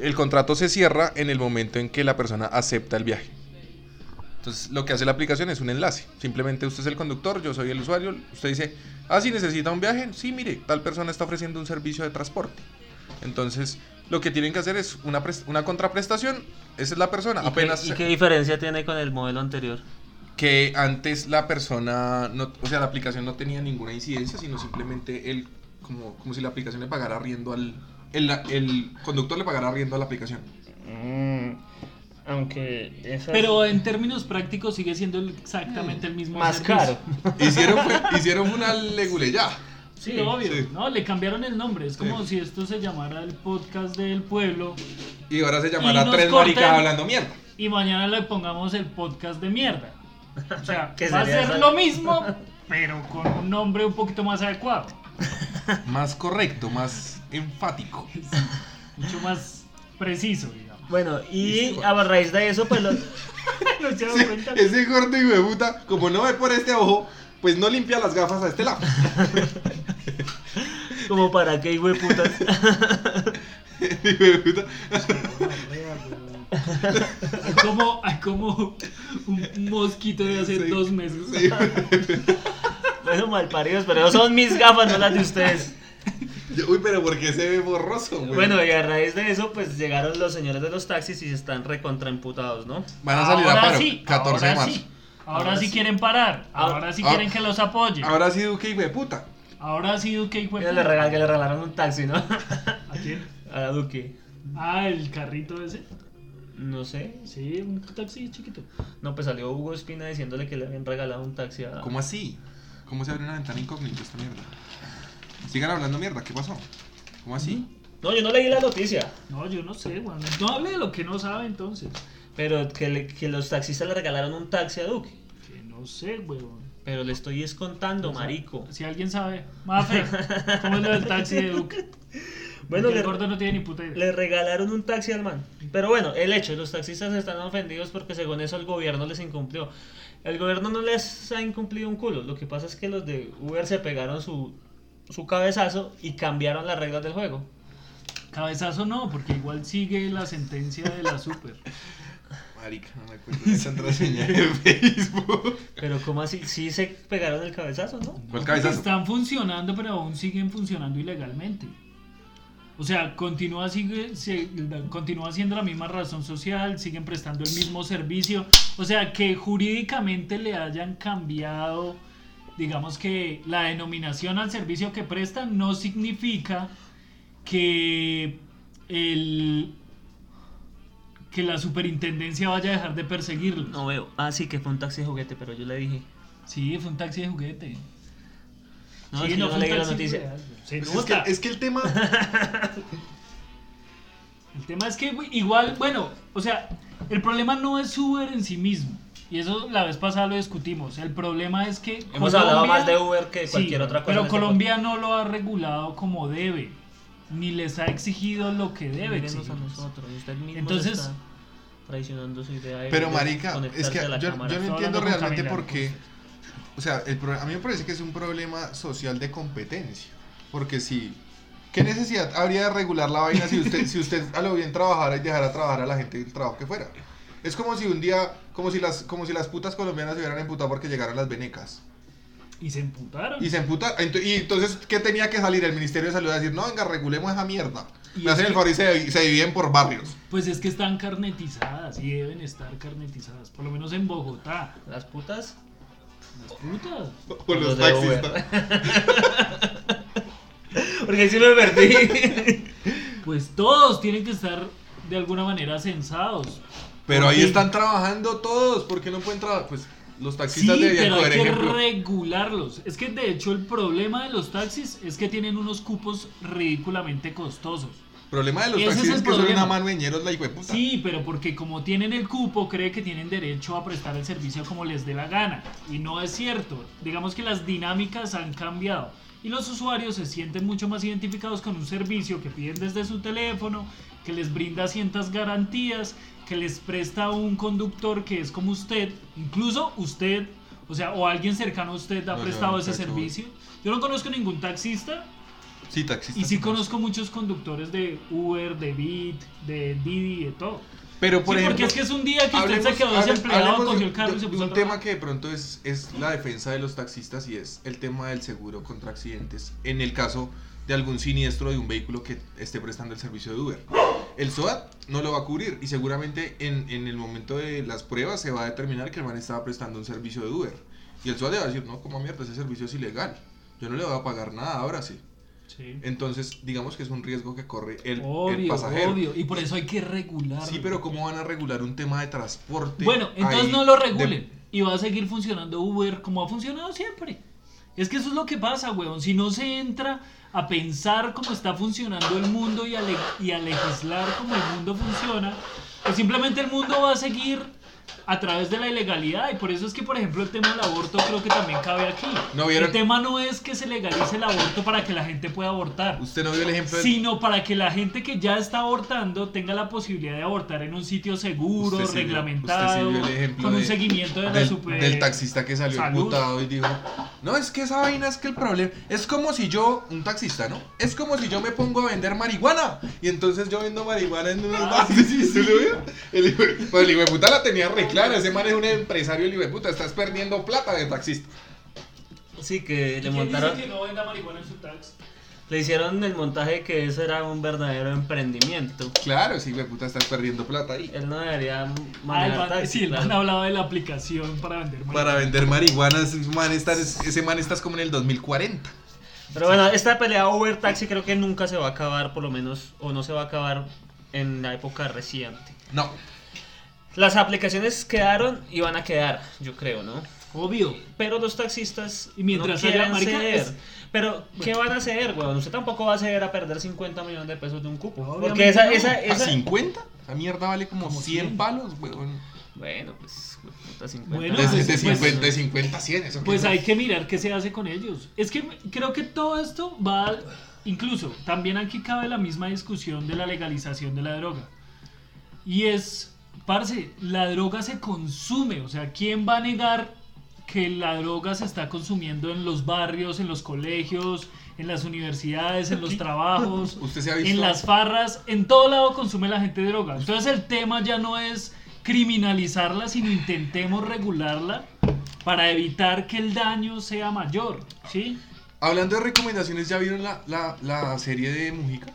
S2: El contrato se cierra en el momento en que la persona acepta el viaje. Entonces, lo que hace la aplicación es un enlace. Simplemente usted es el conductor, yo soy el usuario. Usted dice, ah, sí, necesita un viaje. Sí, mire, tal persona está ofreciendo un servicio de transporte. Entonces, lo que tienen que hacer es una, pres- una contraprestación. Esa es la persona.
S6: ¿y qué-
S2: Apenas.
S6: ¿y qué diferencia tiene con el modelo anterior?
S2: Que antes la persona, no, o sea, la aplicación no tenía ninguna incidencia, sino simplemente el, como, como si la aplicación le pagara
S6: Mm,
S2: riendo al, el, el conductor le pagara riendo a la aplicación.
S1: Aunque esa
S3: Pero en términos prácticos sigue siendo el- exactamente el mismo
S1: más
S3: servicio.
S1: caro.
S2: Hicieron, fue- hicieron una leguleyá.
S3: Sí,
S1: Sí,
S3: obvio.
S2: sí.
S3: No, le cambiaron el nombre. Es como si esto se llamara el podcast del pueblo
S2: Y ahora se
S3: Y
S2: llamará
S3: nos
S2: Tres Maricas
S3: cortan.
S2: Hablando Mierda.
S3: y mañana le pongamos el podcast de mierda. O sea,
S1: ¿Qué
S3: va a
S1: sería
S3: ser
S1: eso?
S3: lo mismo, pero con un nombre un poquito más adecuado.
S2: Más correcto, más enfático.
S3: Mucho más preciso, digamos.
S1: Bueno, y
S2: Listo.
S1: a raíz de eso, pues lo-
S3: ¿No se dan
S2: Sí,
S3: cuenta?
S2: ese gordo hijo de puta, como no ve por este ojo, pues no limpia las gafas a este lado.
S1: como para qué, güey, putas.
S2: Hijo de puta.
S3: Hay como, hay como un mosquito de hace
S2: Sí.
S3: dos meses.
S2: Sí.
S1: Bueno, malparidos, pero son mis gafas, no las de ustedes.
S2: Yo, Uy, pero ¿por qué se ve borroso, güey?
S1: Bueno, y a raíz de eso, pues llegaron los señores de los taxis y están recontraemputados, ¿no?
S2: van a salir
S3: Ah, Ahora
S2: a paro.
S3: sí,
S2: 14 de
S3: ahora
S2: marzo.
S3: Sí. Ahora,
S1: Ahora
S3: sí,
S1: sí.
S3: quieren parar. Ahora, sí
S2: ahora-
S3: quieren que los apoyen. Ahora,
S2: Ah, Ahora sí, Duque, hijo de puta.
S3: sí, Duque y
S1: Ellos le regal- que le regalaron un taxi, ¿no?
S3: ¿A quién?
S1: A Duque.
S3: Ah, el carrito ese.
S1: No sé.
S3: Sí, un taxi chiquito.
S1: No, pues salió Hugo Espina diciéndole que le habían regalado un taxi a...
S2: ¿Cómo así? ¿Cómo se abre una ventana incógnita esta mierda? Sigan hablando mierda, ¿qué pasó? ¿Cómo así?
S1: No, yo no leí la noticia.
S3: No, yo no sé, Juan. No hable de lo que no sabe entonces.
S1: Pero que, le- que los taxistas le regalaron un taxi a Duque.
S3: Que no sé, weón.
S1: Pero le estoy descontando, marico.
S3: Si alguien sabe. Mafe, ¿cómo es lo del taxi de Duque?
S1: Bueno,
S3: Porque
S1: le,
S3: el gordo no tiene ni puta idea.
S1: le regalaron un taxi al man. Pero bueno, el hecho, los taxistas están ofendidos porque según eso el gobierno les incumplió. El gobierno no les ha incumplido un culo. Lo que pasa es que los de Uber se pegaron su, su cabezazo y cambiaron las reglas del juego.
S3: Cabezazo no, porque igual sigue la sentencia de la super.
S2: Marica, no me acuerdo de esa contraseña de Facebook.
S1: Pero ¿cómo así? Sí se pegaron el cabezazo, ¿no?
S2: ¿Cuál cabezazo?
S3: Están funcionando, pero aún siguen funcionando ilegalmente. O sea, continúa, sigue, se- continúa siendo la misma razón social, siguen prestando el mismo servicio. O sea, que jurídicamente le hayan cambiado, digamos que la denominación al servicio que prestan no significa que el que la superintendencia vaya a dejar de perseguirlos.
S1: No veo. Ah, sí, que fue un taxi de juguete, pero yo le dije.
S3: Sí, fue un taxi de juguete.
S1: No, es que yo no
S3: fue un
S1: leí la
S3: taxi
S1: noticia.
S3: real. Se
S2: Pues es,
S3: nota.
S2: que, es que el tema.
S3: El tema es que güey, igual, bueno, o sea, el problema no es Uber en sí mismo. Y eso la vez pasada lo discutimos. El problema es que.
S1: Hemos hablado más de Uber que de cualquier otra cosa en
S3: Pero
S1: este
S3: Colombia no lo ha regulado como debe. Ni les ha exigido lo que debe.
S1: Mírenos a
S3: exigirles.
S1: nosotros. Usted mismo
S3: Entonces-
S1: está traicionando su idea. de-
S2: Pero,
S1: de
S2: Marica,
S1: conectarse
S2: es que
S1: a la
S2: yo, yo
S1: cámara.
S2: no
S3: Estoy
S2: entiendo
S3: hablando con
S2: realmente
S3: Camila,
S2: por qué. O sea, el pro- a mí me parece que es un problema social de competencia. Porque si. ¿Qué necesidad habría de regular la vaina si usted, si usted a lo bien trabajara y dejara trabajar a la gente el trabajo que fuera? Es como si un día, como si las, como si las putas colombianas se hubieran emputado porque llegaron las venecas.
S3: Y se emputaron.
S2: Y se emputa. ento- y entonces, ¿qué tenía que salir? El Ministerio de Salud a decir, no, venga, regulemos esa mierda.
S3: Y
S2: Me hacen
S3: es
S2: el
S3: que-
S2: favor y se, se dividen por barrios.
S3: Pues es que están carnetizadas. Y deben estar carnetizadas. Por lo menos en Bogotá.
S1: Las putas.
S3: Las putas.
S2: Con
S1: los
S2: los,
S1: de Uber.
S2: taxistas.
S1: Porque sí me perdí.
S3: Pues todos tienen que estar de alguna manera censados.
S2: Pero ahí
S3: Porque-
S2: están trabajando todos, ¿por qué no pueden trabajar? Pues los
S3: Sí,
S2: taxistas deberían
S3: pero hay
S2: coger
S3: que
S2: ejemplo.
S3: regularlos. Es que de hecho el problema de los taxis es que tienen unos cupos ridículamente costosos.
S2: Problema de los
S3: Ese es
S2: taxistas
S3: el
S2: es que son
S3: problema.
S2: una mano de ñeros la hijueputa.
S3: Sí, pero porque como tienen el cupo, cree que tienen derecho a prestar el servicio como les dé la gana. Y no es cierto. Digamos que las dinámicas han cambiado. Y los usuarios se sienten mucho más identificados con un servicio que piden desde su teléfono, que les brinda ciertas garantías, que les presta un conductor que es como usted, incluso usted, o sea, o alguien cercano a usted ha
S2: No, yo
S3: prestado
S2: no
S3: ese
S2: sé cómo-
S3: servicio. Yo no conozco ningún taxista,
S2: Sí, taxistas.
S3: y sí conozco muchos conductores de Uber, de Bit, de Didi, de todo.
S2: Pero por
S3: sí,
S2: ejemplo,
S3: porque es que es un día que usted
S2: hablemos-
S3: se quedó
S2: hable-
S3: desempleado,
S2: hablemos
S3: cogió
S2: de-
S3: el carro y
S2: de-
S3: se
S2: de
S3: puso
S2: un tema que de pronto es, es la defensa de los taxistas y es el tema del seguro contra accidentes en el caso de algún siniestro de un vehículo que esté prestando el servicio de Uber. El SOAT no lo va a cubrir y seguramente en, en el momento de las pruebas se va a determinar que el man estaba prestando un servicio de Uber. Y el SOAT le va a decir, no, como mierda, ese servicio es ilegal. Yo no le voy a pagar nada, ahora sí.
S3: Sí.
S2: Entonces, digamos que es un riesgo que corre el, el
S3: Obvio,
S2: pasajero.
S3: obvio. Y por eso hay que regular.
S2: Sí, pero ¿cómo van a regular un tema de transporte?
S3: Bueno, entonces
S2: ahí
S3: no lo
S2: de-
S3: regulen. Y va a seguir funcionando Uber como ha funcionado siempre. Es que eso es lo que pasa, weón. Si no se entra a pensar cómo está funcionando el mundo y a, le- y a legislar cómo el mundo funciona, pues simplemente el mundo va a seguir a través de la ilegalidad. Y por eso es que, por ejemplo, el tema del aborto creo que también cabe aquí.
S2: ¿No vieron?
S3: El tema no es que se legalice el aborto para que la gente pueda abortar
S2: ¿Usted no vio el ejemplo? del-
S3: sino para que la gente que ya está abortando tenga la posibilidad de abortar en un sitio seguro,
S2: Usted sí vio- usted sí
S3: reglamentado,
S2: vio el ejemplo
S3: con un
S2: de-
S3: seguimiento de la
S2: del,
S3: super...
S2: del taxista que salió
S3: Salud.
S2: emputado y dijo, no, es que esa vaina es que el problema, es como si yo, un taxista, ¿no? Es como si yo me pongo a vender marihuana y entonces yo vendo marihuana en unos bares. ¿Sí lo vio? El hijo- pues el hijo de puta la tenía re clara, ese man es un empresario, el hijo de puta, estás perdiendo plata de taxista.
S1: Sí, que le montaron,
S3: que no venda marihuana en su tax?
S1: le hicieron el montaje que eso era un verdadero emprendimiento.
S2: Claro, sí, hijo de puta, estás perdiendo plata ahí.
S1: Él no debería
S3: Ah, el
S1: manejar
S3: man-
S1: taxi,
S3: sí, el
S1: claro.
S3: man hablaba de la aplicación para vender marihuana.
S2: Para vender marihuana, ese man estás, ese man estás como en el 2040.
S1: Pero bueno, esta pelea Uber Taxi creo que nunca se va a acabar, por lo menos, o no se va a acabar en la época reciente.
S2: No,
S1: Las aplicaciones quedaron y van a quedar, yo creo, ¿no?
S3: Obvio.
S1: Pero los taxistas
S3: Y mientras
S1: no
S3: haya
S1: quieren
S3: marica,
S1: ceder.
S3: es-
S1: Pero, ¿qué van a ceder, weón? Usted tampoco va a ceder a perder 50 millones de pesos de un cupo.
S3: Obviamente
S1: Porque esa,
S3: no.
S1: esa,
S2: ¿a
S1: esa...
S2: 50? Esa mierda vale como, 100,
S3: 100.
S2: palos, weón.
S1: Bueno, pues, puta 50.
S3: Bueno,
S2: De,
S3: pues,
S2: de
S3: pues,
S2: 50, de 50 a 100, eso
S3: Pues
S2: que-
S3: hay que mirar qué se hace con ellos. Es que creo que todo esto va, al- incluso, también aquí cabe la misma discusión de la legalización de la droga. Y es, parce, la droga se consume, o sea, ¿quién va a negar que la droga se está consumiendo en los barrios, en los colegios, en las universidades, en los trabajos?
S2: Usted se ha visto.
S3: en las farras, en todo lado consume la gente droga. Entonces el tema ya no es criminalizarla, sino intentemos regularla para evitar que el daño sea mayor, ¿sí?
S2: Hablando de recomendaciones, ¿ya vieron la, la, la serie de Mujica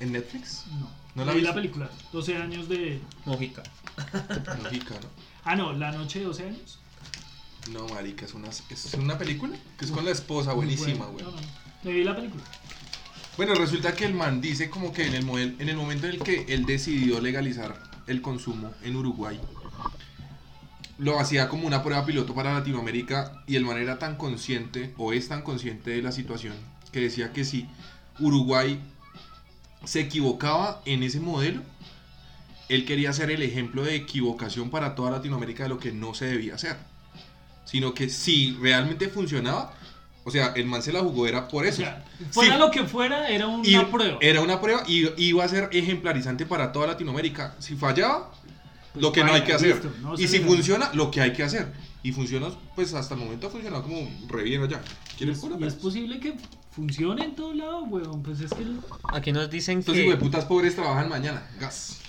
S2: en Netflix?
S3: No.
S2: ¿No la
S3: la vi
S2: viste?
S3: la película, 12 años de...
S1: Mojica.
S2: Mujica, ¿no?
S3: Ah, no, la noche de 12 años.
S2: No, marica, es una, es una película que es con la esposa, buenísima,
S3: Bueno,
S2: güey.
S3: no, no, no. Me vi la película.
S2: Bueno, resulta que el man dice como que en el, model- en el momento en el que él decidió legalizar el consumo en Uruguay, lo hacía como una prueba piloto para Latinoamérica y el man era tan consciente o es tan consciente de la situación que decía que si Uruguay se equivocaba en ese modelo, él quería ser el ejemplo de equivocación para toda Latinoamérica de lo que no se debía hacer. Sino que si realmente funcionaba, o sea, el man se la jugó era por
S3: O
S2: eso.
S3: sea, fuera
S2: Sí.
S3: lo que fuera, era una
S2: Y
S3: prueba.
S2: Era una prueba y iba a ser ejemplarizante para toda Latinoamérica. Si fallaba,
S3: Pues
S2: lo que no
S3: vaya,
S2: hay que hacer.
S3: listo, no
S2: y
S3: se
S2: si
S3: le-
S2: funciona, lo que hay que hacer. Y funciona, pues hasta el momento ha funcionado como re bien allá.
S3: Y
S2: ¿Quieres
S3: es,
S2: pura?
S3: y es
S2: Entonces,
S3: posible que funcione en todo lado, weón. Pues es que... el-
S1: Aquí nos dicen
S2: hijo de
S1: que,
S2: putas pobres trabajan mañana. Gas.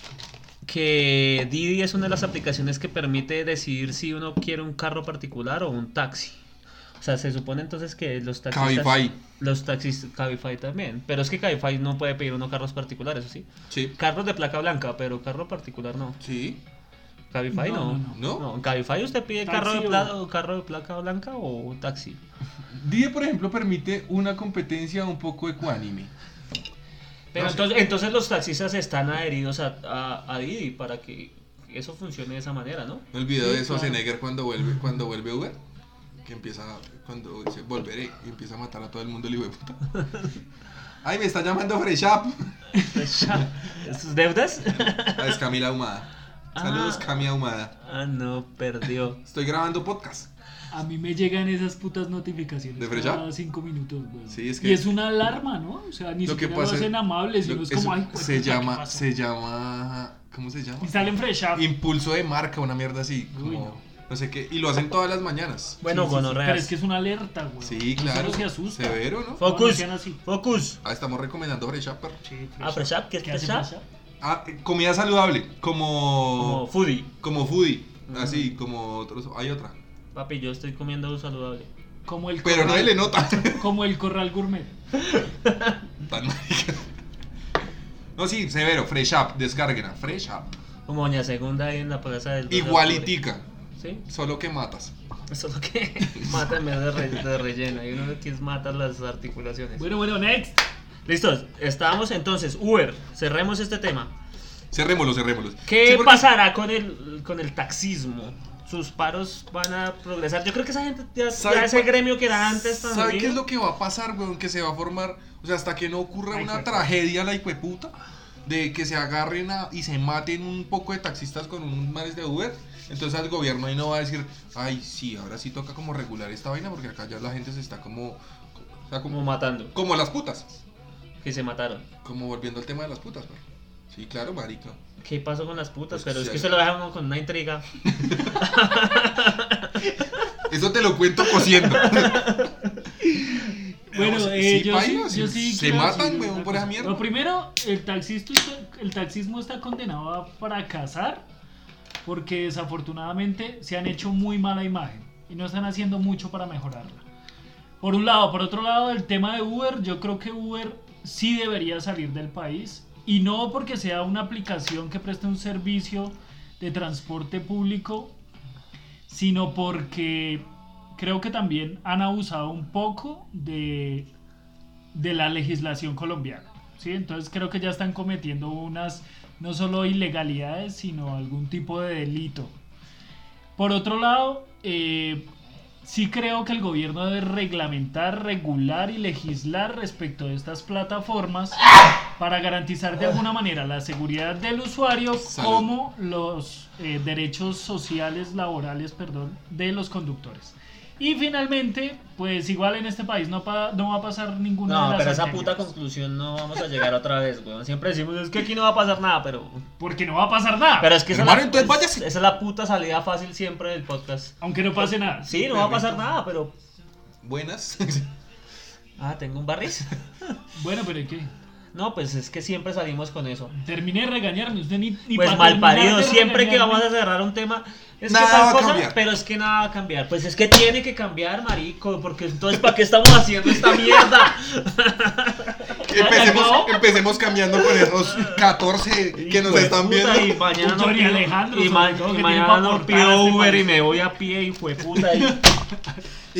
S1: que Didi es una de las aplicaciones que permite decidir si uno quiere un carro particular o un taxi. O sea, se supone entonces que los taxistas...
S2: Cabify.
S1: Los taxistas... Cabify también. Pero es que Cabify no puede pedir uno carros particulares, ¿o ¿sí?
S2: Sí.
S1: Carros de placa blanca, pero carro particular no.
S2: Sí.
S1: Cabify no.
S3: No, no,
S2: no.
S1: No, en Cabify usted pide
S3: Taxi
S1: carro de,
S3: o-
S1: pla- o carro de placa blanca o taxi.
S2: Didi, por ejemplo, permite una competencia un poco ecuánime.
S1: Pero
S2: No sé.
S1: entonces, entonces los taxistas están adheridos a, a, a Didi para que eso funcione de esa manera, ¿no?
S2: No olvidó
S3: Sí,
S2: de
S3: claro.
S2: Schwarzenegger cuando vuelve cuando vuelve Uber. Que empieza, cuando dice, volveré, y empieza a matar a todo el mundo el hijo de puta. Ay, me está llamando Fresh Up.
S1: Pues ¿Sus deudas?
S2: Ah, es Camila Ahumada. Saludos,
S1: Ah.
S2: Cami Ahumada.
S1: Ah, no, perdió.
S2: Estoy grabando podcast.
S3: A mí me llegan esas putas notificaciones
S2: ¿De frecha?
S3: cada cinco minutos, weón.
S2: Sí, es que-
S3: Y es una alarma, ¿no? O sea, ni
S2: Lo que
S3: siquiera lo
S2: pasa es-
S3: hacen amables, sino
S2: Lo-
S3: es como,
S2: eso
S3: ay, güey,
S2: se
S3: puta, ¿qué
S2: llama,
S3: pasó?".
S2: se llama, ¿cómo se llama?
S3: Y salen frecha.
S2: Impulso de marca, una mierda así, como,
S3: Uy,
S2: no.
S3: no.
S2: sé qué, y lo hacen todas las mañanas.
S1: Bueno, gonorreas.
S3: Pero es que es una alerta, weón.
S2: Sí, claro.
S3: Uno se asusta.
S2: Severo, ¿no?
S3: Cuando
S1: Focus.
S3: sean así.
S1: Focus.
S2: Ah, estamos recomendando Fresh Up. pero-
S3: Sí, fresh
S1: Ah,
S3: up.
S1: fresh up, ¿qué es
S3: hace
S1: fresh up?
S3: fresh up?
S2: Ah, eh, comida saludable,
S1: Como
S2: como,
S1: foodie.
S2: como foodie,
S1: Ujú.
S2: así, como otros, hay otra.
S1: Papi, yo estoy comiendo algo saludable.
S3: Como el
S2: Pero no
S3: corral,
S2: le nota.
S3: Como el corral gourmet.
S2: Tan marica. No, sí, severo, Fresh Up, descárguenla, Fresh Up.
S1: Como Doña Segunda ahí en la plaza del...
S2: Igualitica,
S1: Sí,
S2: solo que matas.
S1: eso es lo que mata en vez de, re- de relleno. Hay uno que es mata las articulaciones.
S3: Bueno, bueno, next.
S1: Listo, estábamos entonces, Uber, cerremos este tema.
S2: Cerrémoslo, cerrémoslo.
S1: ¿Qué
S2: Sí, porque-
S1: pasará con el, con el taxismo? ¿Sus paros van a progresar? Yo creo que esa gente, ya,
S2: ¿Sabe
S1: ya ese
S2: cua-
S1: gremio que era antes tan
S2: ¿Sabe qué
S1: unido,
S2: es lo que va a pasar, weón? Que se va a formar, o sea, hasta que no ocurra
S3: Ay,
S2: una
S3: jueputa.
S2: tragedia la hijueputa, de que se agarren a- y se maten un poco de taxistas con un manes de Uber, entonces al gobierno ahí no va a decir, ay, sí, ahora sí toca como regular esta vaina porque acá ya la gente se está como, o sea,
S1: como
S2: como,
S1: matando,
S2: como las putas,
S1: que se mataron.
S2: como volviendo al tema de las putas, weón. Sí, claro, marica.
S1: ¿Qué pasó con las putas?
S2: Pues,
S1: Pero es
S2: sí,
S1: que
S2: hay-
S1: se lo dejan con una intriga.
S2: Eso te lo cuento cosiendo.
S3: Bueno,
S2: No, si-
S3: eh,
S2: si
S3: yo, sí,
S2: paila, si
S3: yo sí
S2: se
S3: quiero
S2: matan,
S3: decir
S2: weón,
S3: una
S2: por esa
S3: cosa.
S2: mierda.
S3: Lo primero, el, taxista, el taxismo está condenado a fracasar porque desafortunadamente se han hecho muy mala imagen y no están haciendo mucho para mejorarla. Por un lado, por otro lado, el tema de Uber, yo creo que Uber sí debería salir del país y no porque sea una aplicación que preste un servicio de transporte público, sino porque creo que también han abusado un poco de, de la legislación colombiana. ¿sí? Entonces creo que ya están cometiendo unas, no solo ilegalidades, sino algún tipo de delito. Por otro lado, eh, sí creo que el gobierno debe reglamentar, regular y legislar respecto de estas plataformas para garantizar de alguna manera la seguridad del usuario
S2: Salud.
S3: como los eh, derechos sociales, laborales, perdón, de los conductores. Y finalmente, pues igual en este país no, pa- no va a pasar ninguna de
S1: No,
S3: las
S1: pero esa
S3: anteriores.
S1: puta conclusión no vamos a llegar otra vez, weón. Siempre decimos, es que aquí no va a pasar nada, pero...
S3: Porque no va a pasar nada.
S1: Pero es que esa,
S2: Hermano,
S1: es la-
S2: entonces
S1: es-
S2: váyase.
S1: esa es la puta salida fácil siempre del podcast.
S3: Aunque no pase nada.
S1: Sí, no va a pasar
S2: Perfecto.
S1: nada, pero...
S2: Buenas.
S1: Ah, ¿tengo un barriz?
S3: Bueno, pero ¿y ¿qué?
S1: No, pues es que siempre salimos con eso.
S3: Terminé de regañarme. Usted ni, ni
S1: Pues
S3: pa'
S1: mal parido,
S3: terminar de
S1: siempre que
S3: regañarme.
S1: vamos a cerrar un tema, es
S2: Nada
S1: que tal
S2: va a
S1: cosa,
S2: cambiar.
S1: pero es que nada va a cambiar. Pues es que tiene que cambiar, marico, porque entonces ¿para qué estamos haciendo esta mierda?
S2: Empecemos, empecemos cambiando con esos 14 que nos
S1: Hijo de
S2: están
S1: puta,
S2: viendo.
S1: Y mañana no
S3: Tony
S1: pido,
S3: Alejandro,
S1: y
S3: sobre
S1: ma- y
S3: todo, que tiene
S1: mañana
S3: pa'
S1: no
S3: aportar
S1: pido
S3: a este
S1: Uber y
S3: país.
S1: me voy a pie y fue puta. Y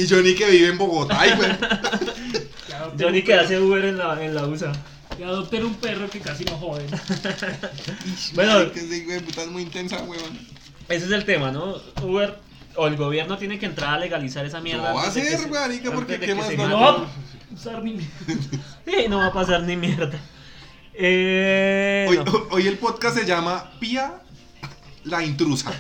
S2: Y Johnny que vive en Bogotá, y güey.
S3: Que adopten
S1: Johnny
S3: un
S1: que
S3: perro-
S1: hace Uber en la, en la USA.
S3: Que adopten un perro que casi no jode.
S1: Bueno.
S2: que ese hijo de puta es muy intensa, weón.
S1: Ese es el tema, ¿no? Uber o el gobierno tiene que entrar a legalizar esa mierda.
S2: Lo va a
S1: antes de que
S2: hacer,
S1: se-
S2: marica, porque
S1: antes de
S2: qué
S1: que
S2: más
S1: se
S2: no-
S1: mate.
S3: No, usar ni-
S1: Sí, no va a pasar ni mierda. Eh,
S2: Hoy,
S1: no.
S2: hoy el podcast se llama Pía la intrusa.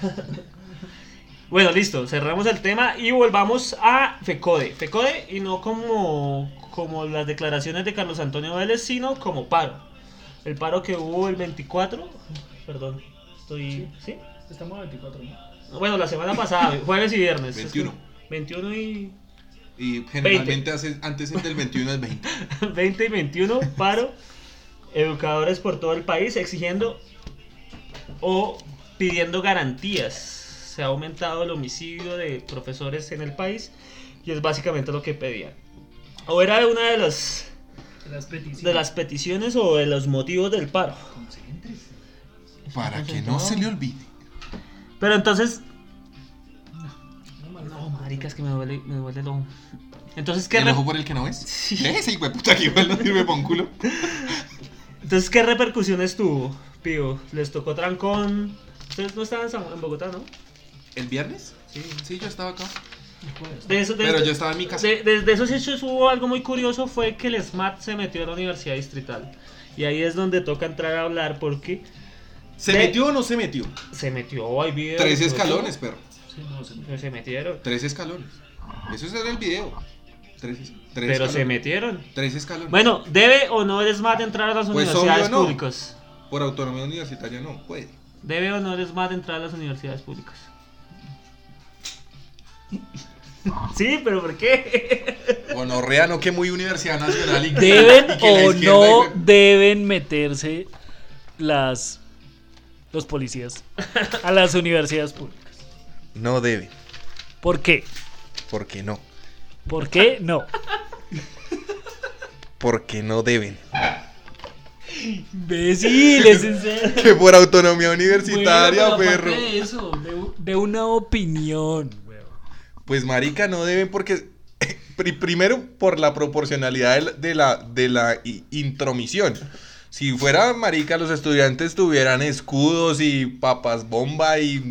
S1: Bueno, listo, cerramos el tema y volvamos a FECODE. FECODE y no como, como las declaraciones de Carlos Antonio Vélez, sino como paro. El paro que hubo el 24, perdón, estoy... ¿sí?
S3: Estamos a 24, ¿no?
S1: Bueno, la semana pasada, jueves y viernes.
S2: 21.
S1: 21 y...
S2: Y generalmente hace- antes del 21 al 20.
S1: 20 y 21, paro. Educadores por todo el país exigiendo o pidiendo garantías. Se ha aumentado el homicidio de profesores en el país y es básicamente lo que pedían. O era una de las,
S3: De las peticiones.
S1: de las peticiones o de los motivos del paro.
S3: Concéntrese.
S2: Para que no se le olvide.
S1: Pero entonces...
S3: No, man,
S1: No,
S3: no,
S1: marica, es que me duele, me duele el ojo. Entonces, ¿qué,
S2: ¿El
S1: re-
S2: ojo por el que no ves?
S1: Sí.
S2: ¿Eh? Ese hijo de puta que igual no sirve para un culo.
S1: entonces, ¿qué repercusiones tuvo, Pío? ¿Les tocó trancón? Ustedes no estaban en San- en Bogotá, ¿no?
S2: ¿El viernes?
S1: Sí.
S2: Sí, yo estaba acá.
S3: jodas.
S1: De eso- de-
S2: Pero yo estaba en mi casa.
S1: de- de- de esos hechos hubo algo muy curioso, fue que el SMAT se metió a la Universidad Distrital. Y ahí es donde toca entrar a hablar porque
S2: ¿Se
S1: de-
S2: metió o no se metió?
S1: se metió, hay videos.
S2: Tres
S1: ¿no?
S2: escalones, perro.
S3: Sí, no, se me-
S1: Pero Se metieron.
S2: Tres escalones. Eso era el video. Tres, es- tres
S1: pero se
S2: escalones.
S1: metieron.
S2: Tres escalones.
S1: Bueno, ¿debe o no el SMAT entrar a las
S2: Pues,
S1: universidades
S2: obvio no.
S1: públicas?
S2: Por autonomía universitaria no puede.
S1: ¿Debe o no el SMAT entrar a las universidades públicas? sí, pero ¿por qué?
S2: Gonorrea no que muy universidad nacional y
S3: ¿Deben
S2: y que la
S3: o
S2: izquierda
S3: no
S2: y-
S3: deben meterse las los policías a las universidades públicas?
S2: No debe,
S3: ¿Por qué?
S2: porque no.
S3: ¿Por qué? No.
S2: Porque no deben.
S3: Imbéciles, en serio.
S2: Que por autonomía universitaria,
S3: Bueno, pero
S2: perro.
S3: aparte De eso, de, u- de una opinión.
S2: Pues marica, no deben porque
S7: pri- primero por la proporcionalidad del- de la, de la, i- intromisión. Si fuera marica, los estudiantes tuvieran escudos y papas bomba y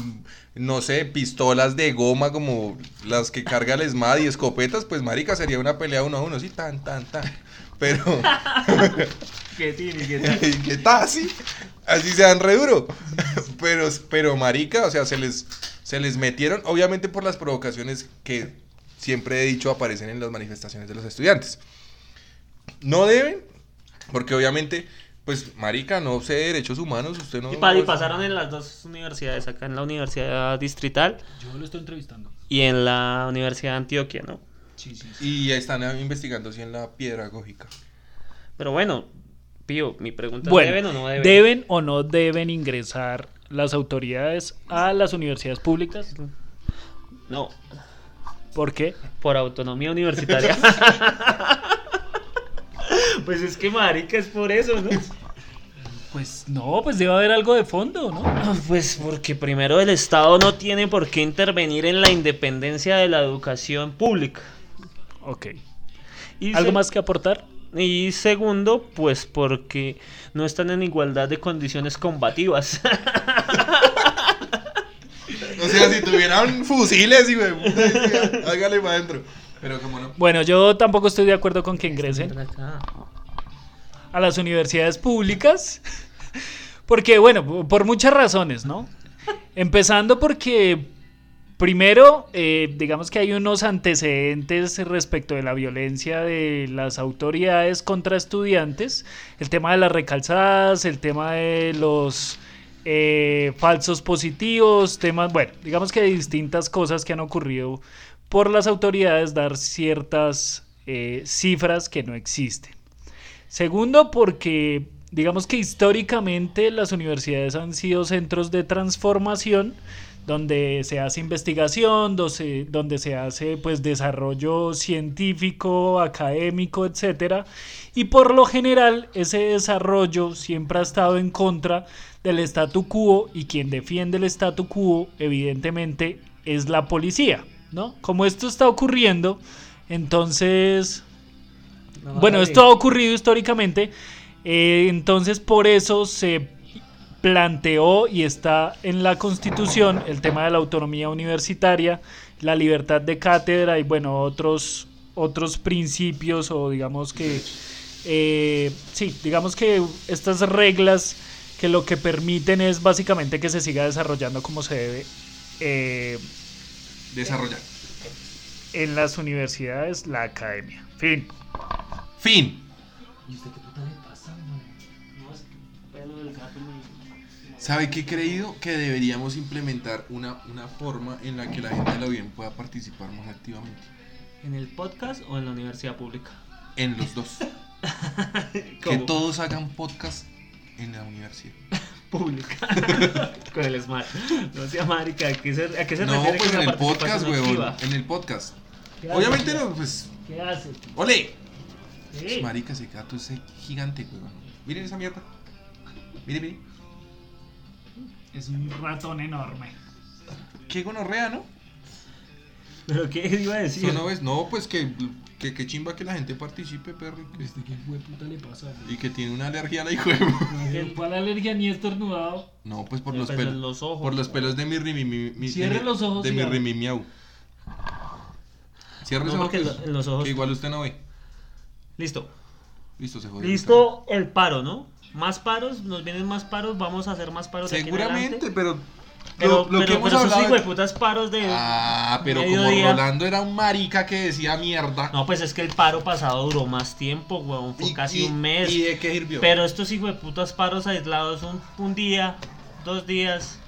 S7: no sé, pistolas de goma como las que carga el ESMAD y escopetas, pues marica sería una pelea uno a uno, sí, tan, tan, tan. Pero
S6: ¿Qué tiene? ¿Qué tal?
S7: y que está así, así se dan re duro. Pero, pero marica, o sea, se les, se les metieron, obviamente por las provocaciones que siempre he dicho aparecen en las manifestaciones de los estudiantes. No deben, porque obviamente, pues marica, no sé, derechos humanos, usted no...
S1: Y, pa- y pasaron en las dos universidades, acá en la Universidad Distrital
S3: Yo lo estoy entrevistando.
S1: y en la Universidad de Antioquia, ¿no?
S3: Sí, sí, sí.
S7: Y están investigando si en la piedra gógica.
S1: Pero bueno, Pío, mi pregunta,
S3: Bueno,
S1: ¿deben o no deben?
S3: ¿Deben o no deben ingresar las autoridades a las universidades públicas?
S1: No,
S3: ¿Por qué?
S1: por autonomía universitaria. pues es que marica es por eso, ¿no?
S3: Pues no, pues debe haber algo de fondo, ¿no?
S1: Pues porque primero el Estado no tiene por qué intervenir en la independencia de la educación pública.
S3: Ok.
S1: Y
S3: ¿Algo
S1: se-
S3: más que aportar?
S1: Y segundo, pues porque no están en igualdad de condiciones combativas.
S7: O sea, si tuvieran fusiles, y hágale para adentro.
S2: Pero como no.
S3: Bueno, yo tampoco estoy de acuerdo con que ingresen. a las universidades públicas, porque bueno, por muchas razones, ¿no? Empezando porque primero, eh, digamos que hay unos antecedentes respecto de la violencia de las autoridades contra estudiantes, el tema de las recalzadas, el tema de los eh, falsos positivos, temas, bueno, digamos que distintas cosas que han ocurrido por las autoridades dar ciertas eh, cifras que no existen. Segundo, porque digamos que históricamente las universidades han sido centros de transformación donde se hace investigación, donde se, donde se hace pues desarrollo científico, académico, etcétera, y por lo general ese desarrollo siempre ha estado en contra del statu quo y quien defiende el statu quo evidentemente es la policía, ¿no? Como esto está ocurriendo, entonces bueno, esto ha ocurrido históricamente, eh, entonces por eso se planteó y está en la Constitución el tema de la autonomía universitaria, la libertad de cátedra y bueno, otros, otros principios o digamos que, eh, sí, digamos que estas reglas que lo que permiten es básicamente que se siga desarrollando como se debe. eh,
S2: Desarrollar.
S3: en las universidades, la academia. Fin.
S2: Fin. ¿Sabe qué he creído? Que deberíamos implementar una, una forma en la que la gente de la bien pueda participar más activamente.
S1: ¿En el podcast o en la universidad pública?
S2: En los dos. Que
S1: ¿Cómo?
S2: todos hagan podcast en la universidad.
S1: Pública. Con el smart. No sea marica, ¿a qué se, a qué se
S2: No,
S1: refiere
S2: pues
S1: con
S2: en
S1: la
S2: el podcast,
S1: participación
S2: huevón.
S1: activa?
S2: En el podcast.
S3: Claro.
S2: Obviamente no, pues.
S3: ¿Qué hace?
S2: ¡Ole! Pues,
S3: Sí.
S2: Marica, ese gato es gigante, huevón. Miren esa mierda. Miren, miren.
S3: Es un ratón enorme.
S2: Qué gonorrea, ¿no?
S1: ¿Pero qué iba a decir?
S2: ¿Tú no ves? No, pues que, que, que chimba que la gente participe, perro. y que-
S3: Este, qué puta le pasa?
S2: Y que tiene una alergia a la hijo. de puta.
S3: No fue a la alergia ni estornudado.
S2: No, pues por
S1: Me
S2: los
S1: pesan
S2: pelos.
S1: los ojos.
S2: Por los pelos de mi rimi. mi- mi-
S3: Cierre
S2: de mi-
S3: los ojos
S2: De
S3: y
S2: mi
S3: hable.
S2: rimi miau. Cierre
S1: No,
S2: los ojos.
S1: porque lo-
S2: que-
S1: los ojos-
S2: Que igual usted no ve.
S1: Listo.
S2: Listo, se jodió.
S1: Listo el paro, ¿no? Más paros, nos vienen más paros, vamos a hacer más paros. de aquí en
S2: Seguramente,
S1: adelante.
S2: pero.
S1: Pero,
S2: lo, lo que
S1: pero, pero
S2: hemos
S1: esos
S2: hablado.
S1: hijueputas paros de.
S2: Ah, pero como
S1: Mediodía.
S2: Rolando era un marica que decía mierda.
S1: No, pues es que el paro pasado duró más tiempo, weón. Fue
S2: y-
S1: casi
S2: y-
S1: un mes.
S2: ¿Y de qué sirvió?
S1: Pero estos hijueputas paros aislados un, un día, dos días,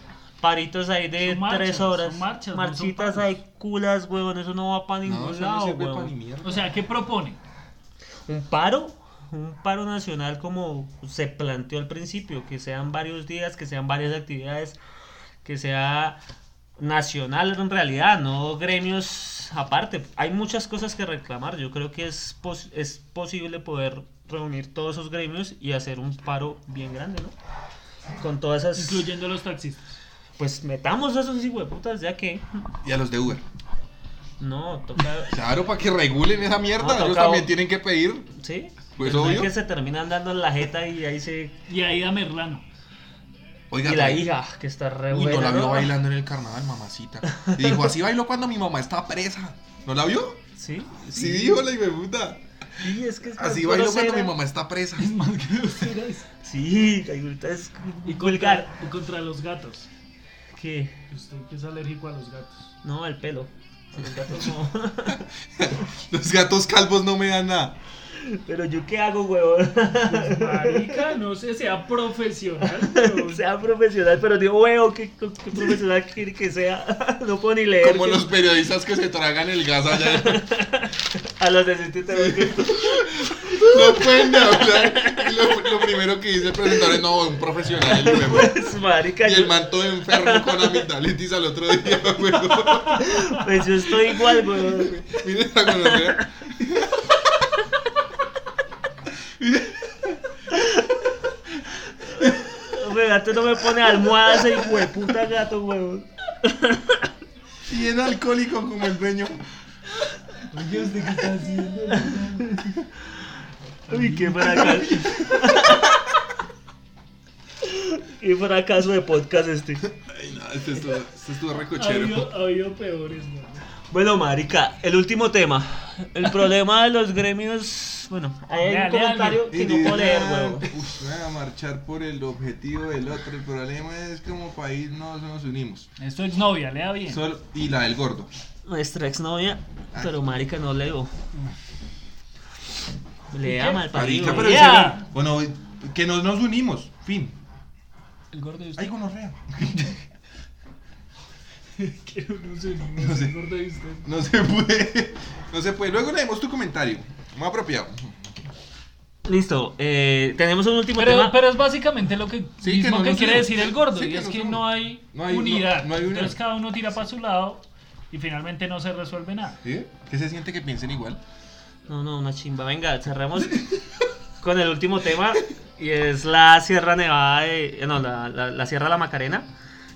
S1: paritos ahí de
S3: Son marchas,
S1: tres horas.
S3: son marchas, no son
S1: marchitas
S3: paros.
S1: ahí culas, weón. Eso no va para ningún
S2: no, eso no
S1: lado,
S2: sirve para
S1: weón.
S2: ni mierda.
S3: O sea, ¿qué propone?
S1: un paro, un paro nacional como se planteó al principio, que sean varios días, que sean varias actividades, que sea nacional en realidad, no gremios aparte. Hay muchas cosas que reclamar, yo creo que es, pos- es posible poder reunir todos esos gremios y hacer un paro bien grande, ¿no? Con todas esas...
S3: Incluyendo los taxistas.
S1: Pues metamos a esos hijueputas ya que...
S2: Y a los de Uber.
S1: No, toca.
S2: Claro, para que regulen esa mierda.
S1: No,
S2: Ellos
S1: tocado.
S2: también tienen que pedir.
S1: ¿Sí?
S2: Pues
S1: Pero no es
S2: obvio.
S1: que se terminan dando en la jeta y ahí se.
S3: Y Aida Merlano.
S2: Oiga,
S1: Y la
S2: pero-
S1: hija, que está re
S2: Uy, no
S1: buena,
S2: la vio
S1: ¿no?
S2: bailando en el carnaval, mamacita. Y dijo, así bailó cuando mi mamá estaba presa. ¿No la vio?
S1: Sí.
S2: Sí, dijo la puta.
S1: Sí, es que es
S2: Así
S1: más
S2: bailó
S1: grosera.
S2: cuando mi mamá está presa.
S3: Es más grosera es-
S1: Sí, la grita es
S3: Y contra,
S1: vulgar.
S3: y contra los gatos.
S1: ¿Qué?
S3: Usted que es alérgico a los gatos.
S1: No, el pelo. Los gatos no.
S2: Los gatos calvos no me dan nada.
S1: Pero yo qué hago, huevón.
S3: Pues, marica, no sé, sea profesional. pero-
S1: sea profesional, pero digo, huevo, qué, qué- qué profesional quiere que sea. No puedo ni leer.
S2: Como
S1: que-
S2: los periodistas que se tragan el gas allá.
S1: A los de asistente también.
S2: No pueden ni hablar. Y lo, lo primero que dice el presentador es, no, un profesional, el huevo.
S1: Pues, marica,
S2: Y el
S1: yo,
S2: man todo enfermo con amigdalitis al otro día, huevo.
S1: pues yo estoy igual, huevón.
S2: Mire esa gonorrea.
S1: Hombre, gato no me pone almohadas y hueputa gato, huevón.
S2: Y era alcohólico como el dueño.
S1: Uy, qué fracaso. qué fracaso de podcast este.
S2: Ay, no, este estuvo, este estuvo
S3: Ha habido,
S2: recochero.
S3: ha habido peores, ¿no?
S1: Bueno, marica, el último tema. El problema de los gremios. Bueno, hay
S3: Lea,
S1: un comentario que no puedo leer, huevón.
S2: Uf, voy a marchar por el objetivo del otro. El problema es como país no nos unimos.
S3: Esto es novia, lea bien.
S2: Solo- y la del gordo.
S1: Nuestra exnovia, pero marica no leo. Lea mal
S2: Marica,
S1: parido.
S2: pero
S3: ya.
S2: en serio, Bueno, que no nos unimos. Fin.
S3: El gordo de usted.
S2: Ay, gonorrea.
S3: Que no sé, no
S2: No
S3: sé,
S2: sé.
S3: El gordo de usted.
S2: No se puede. No se puede. Luego leemos tu comentario. Muy apropiado.
S1: Listo, eh, tenemos un último
S3: Pero,
S1: tema.
S3: pero es básicamente lo que,
S2: Sí,
S3: mismo
S2: que no
S3: que
S2: nos
S3: quiere
S2: unimos.
S3: decir el gordo,
S2: Sí,
S3: y
S2: que
S3: es
S2: nos
S3: que
S2: unimos.
S3: no hay,
S2: No hay- no-
S3: unidad.
S2: no hay unidad.
S3: Entonces cada uno tira para su lado y finalmente no se resuelve nada.
S2: ¿Eh? ¿Qué se siente que piensen igual?
S1: No, no, una chimba. Venga, cerramos con el último tema. Y es la Sierra Nevada de. eh, No, la, la- la Sierra de la Macarena.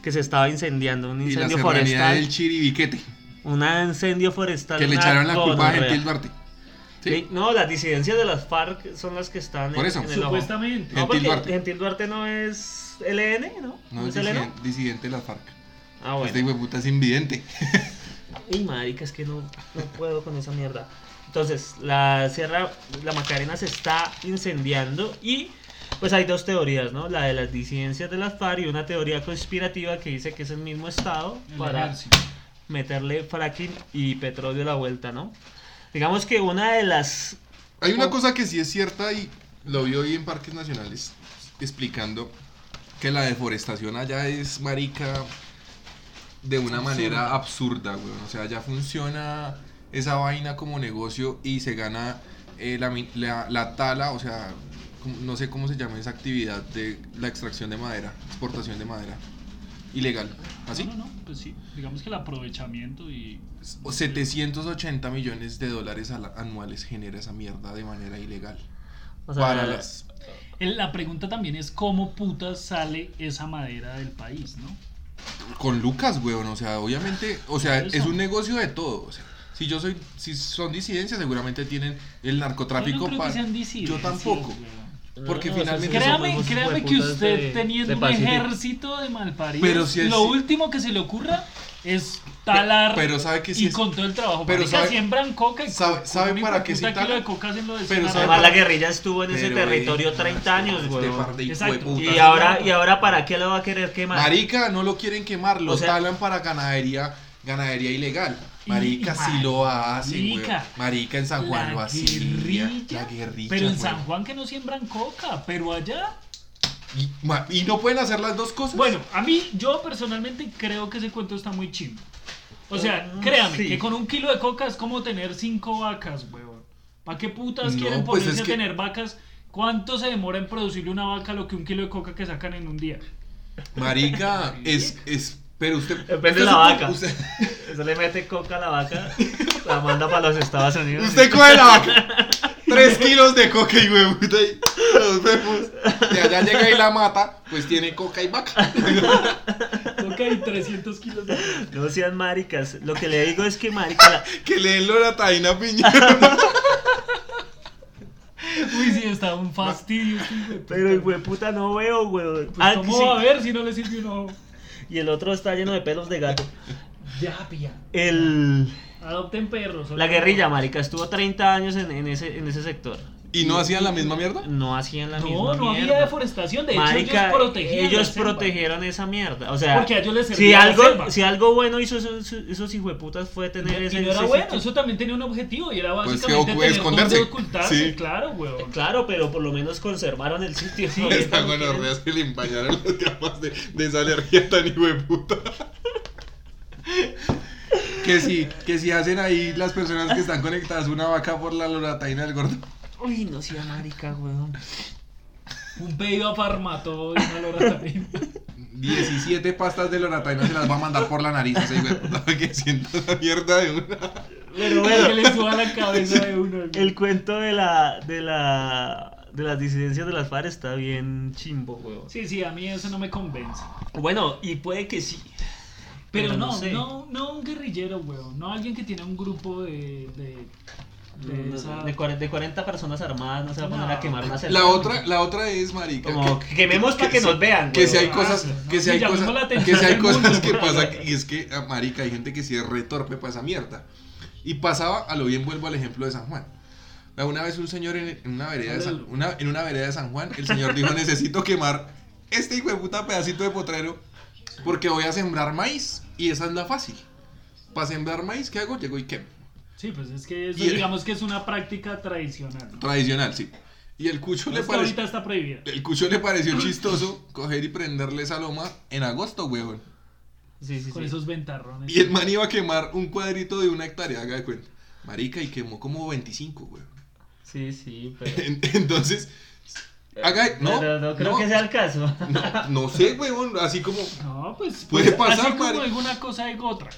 S1: Que se estaba incendiando. Un
S2: Y la
S1: incendio
S2: serranía
S1: forestal.
S2: del chiribiquete.
S1: Un incendio forestal.
S2: Que le
S1: una
S2: echaron la culpa a
S1: gonorrea.
S2: Gentil Duarte. ¿Sí?
S1: Le- No, las disidencias de las FARC son las que están en-
S2: Por eso.
S1: en el ojo.
S3: Supuestamente.
S1: No, porque
S2: Gentil Duarte.
S1: Gentil Duarte no es LN, ¿no?
S2: No es
S1: LN?
S2: disiden- disidente de la FARC.
S1: Ah, bueno.
S2: Este hijo de puta es invidente.
S1: Y marica, es que no, no puedo con esa mierda. Entonces, la Sierra, la Macarena se está incendiando y pues hay dos teorías, ¿no? La de las disidencias de las FARC y una teoría conspirativa que dice que es el mismo Estado
S3: El
S1: para
S3: ejército.
S1: meterle fracking y petróleo a la vuelta, ¿no? Digamos que una de las...
S2: Hay una
S1: Oh.
S2: cosa que sí es cierta y lo vi hoy en Parques Nacionales explicando que la deforestación allá es marica de una manera absurda, weón. O sea, allá funciona esa vaina como negocio y se gana eh, la, min- la- la tala, o sea, como- no sé cómo se llama esa actividad de la extracción de madera, exportación de madera. Ilegal, ¿así?
S3: No, no, no, pues sí. Digamos que el aprovechamiento y.
S2: Pues, O 780 millones de dólares al- anuales genera esa mierda de manera ilegal.
S1: o sea,
S2: para las
S3: El- La pregunta también es cómo putas sale esa madera del país, ¿no?
S2: con Lucas, weón. O sea, obviamente, o sea,
S3: Por eso.
S2: es un negocio de todo. o sea, si yo soy, si son disidencias, seguramente tienen el
S3: yo no
S2: narcotráfico
S3: creo
S2: para.
S3: que sean disidencias,
S2: Yo tampoco.
S3: weón.
S2: porque
S1: o sea,
S2: finalmente-
S1: son
S3: Créame,
S1: unos
S3: créame que
S1: hueputas
S3: usted
S1: de-
S3: teniendo
S1: de
S3: un
S1: Pacífico.
S3: ejército de malparidos,
S2: Pero si es-
S3: lo último que se le ocurra es talar
S2: Pero sabe que sí
S3: y
S2: es-
S3: con todo el trabajo.
S2: pero
S3: Pero
S2: sabe-
S3: siembran coca y
S2: sabe-
S3: con
S2: sabe
S3: un
S2: para qué
S3: hijueputa
S2: sí talan.
S3: kilo de coca hacen lo de
S2: Pero
S3: cien
S2: sabe
S1: Además, la
S2: para-
S1: guerrilla estuvo en ese
S2: Ah, Pero,
S1: territorio
S2: eh,
S1: 30 años,
S2: este
S1: weón.
S2: par de
S3: Exacto.
S2: hijueputas.
S1: Y ahora, y ahora, ¿para qué la va a querer quemar?
S2: Marica, no lo quieren quemar, lo
S1: O sea-
S2: talan para ganadería, ganadería ilegal.
S3: Y-
S2: Marica sí lo hacen,
S3: marica.
S2: weón. Marica en San Juan
S3: La
S2: lo hacía.
S3: guerrilla,
S2: La guerrilla.
S3: Pero en
S2: weón.
S3: San Juan que no siembran coca, pero allá.
S2: Y, ma- y no pueden hacer las dos cosas.
S3: Bueno, a mí, yo personalmente creo que ese cuento está muy chimbo. O sea,
S1: Mm,
S3: créame,
S1: sí.
S3: que con un kilo de coca es como tener cinco vacas, weón. ¿Para qué putas
S2: No,
S3: quieren
S2: pues es
S3: ponerse a
S2: que-
S3: tener vacas? ¿Cuánto se demora en producirle una vaca lo que un kilo de coca que sacan en un día?
S2: Marica, es, es. Pero usted.
S1: Depende
S2: usted
S1: de la
S2: supo-
S1: vaca.
S2: usted-
S1: Eso le mete coca a la vaca, la manda para los Estados Unidos.
S2: Usted coge la vaca. Tres kilos de coca y huevuta y los vemos. De allá llega y la mata, pues tiene coca y vaca.
S3: Ok, 300 kilos de...
S1: No sean maricas. Lo que le digo es que marica. la-
S2: Que le den loratadina a Piñera.
S3: Uy, sí, está un fastidio. este hijo de puta.
S1: Pero hijo de puta no veo, güey.
S3: Pues,
S1: Ah,
S3: ¿Cómo
S1: sí.
S3: va a ver si no le sirve un ojo?
S1: Y el otro está lleno de pelos de gato.
S3: Ya, pilla.
S1: El,
S3: Adopten perros.
S1: la guerrilla, marica, estuvo 30 años en, en ese, en ese sector.
S2: ¿Y no hacían la misma mierda?
S1: No hacían la misma
S3: No, no
S1: mierda.
S3: había deforestación. De
S1: Marica,
S3: hecho, ellos protegían.
S1: ellos
S3: la selva.
S1: protegieron esa mierda. O sea,
S3: Porque a ellos les
S1: si
S3: servía la
S1: algo,
S3: selva.
S1: si algo bueno hizo esos, esos hijueputas fue tener
S3: Y
S1: ese.
S3: no era
S1: ese
S3: bueno,
S1: sitio.
S3: eso también tenía un objetivo y era
S2: Pues que
S3: básicamente
S2: ocu-
S3: tener
S2: esconderse.
S3: dónde ocultarse,
S2: Sí.
S3: claro, weón.
S1: Claro, pero por lo menos conservaron el sitio. ¿no?
S2: Esta
S1: Ahorita no quieren-
S2: gonorrea se le empañaron las capas de, de esa alergia tan hijo de puta.
S8: Que si, que si hacen ahí las personas que están conectadas una vaca por la loratadina del gordo.
S1: Uy, no sea marica, weón.
S3: Un pedido a Farmato y una lora también.
S8: 17 pastas de loratadina se las va a mandar por la nariz ese hijo de puta.
S2: Que sienta la mierda de una.
S1: Pero
S3: que
S1: bueno,
S3: le suba la cabeza de uno.
S1: el cuento de la, de la, de las disidencias de las FARC está bien chimbo, weón.
S3: Sí, sí, a mí eso no me convence.
S1: Bueno, y puede que sí.
S3: Pero,
S1: Pero
S3: no,
S1: no sé.
S3: no, no un guerrillero, weón. No alguien que tiene un grupo de. de, de esa-
S1: De, cuare- de 40 personas armadas no se va a poner
S3: No.
S1: a quemar una selva.
S2: La otra, la otra es, marica.
S1: Como
S2: que-
S1: que quememos para que, nos vean.
S2: Que
S1: weón.
S2: si hay
S3: Ah,
S2: cosas,
S3: no,
S2: que si
S3: y
S2: hay
S3: llamemos la
S2: cosas,
S3: atención
S2: que si hay
S3: del mundo,
S2: cosas que
S3: por
S2: pasa
S3: favor.
S2: y es que ah, marica hay gente que sí es retorpe para esa mierda. Y pasaba, a lo bien vuelvo al ejemplo de San Juan. Ah, Una vez un señor en, en una vereda de San, una- en una vereda de San Juan, el señor dijo, "Necesito quemar este hijo de puta pedacito de potrero porque voy a sembrar maíz y esa es la fácil." Para sembrar maíz, ¿qué hago? Llego y quemo.
S3: Sí, pues es que eso
S2: Y el-
S3: digamos que es una práctica tradicional. ¿no?
S2: Tradicional, sí. Y el cucho le
S3: Hasta
S2: pareció
S3: ahorita está prohibida.
S2: el cucho le pareció chistoso coger y prenderle esa loma en agosto, huevón.
S1: Sí, sí,
S3: Con
S1: sí.
S3: esos ventarrones.
S2: Y el man iba a quemar un cuadrito de una hectárea, haga de cuenta. Marica, y quemó como 25, güey.
S1: Sí, sí, pero.
S2: En- Entonces, haga de- No,
S1: Pero no creo que sea el caso.
S2: no, no sé, huevón, así como...
S3: No, pues.
S2: Puede
S3: pues,
S2: pasar,
S3: así como
S2: Mari.
S3: alguna cosa hay otra.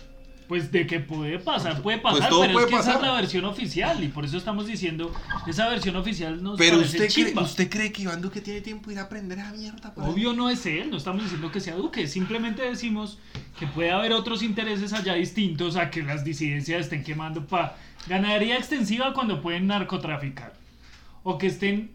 S3: Pues de que puede pasar, puede pasar,
S2: Pues todo
S3: pero
S2: puede
S3: es que esa
S2: pasar.
S3: es la versión oficial y por eso estamos diciendo, esa versión oficial nos
S2: Pero
S3: parece
S2: usted cree,
S3: chimba.
S2: usted cree que Iván Duque tiene tiempo de ir a aprender esa mierda. por ahí?
S3: Obvio no es él, no estamos diciendo que sea Duque, simplemente decimos que puede haber otros intereses allá distintos a que las disidencias estén quemando pa ganadería extensiva cuando pueden narcotraficar. O que estén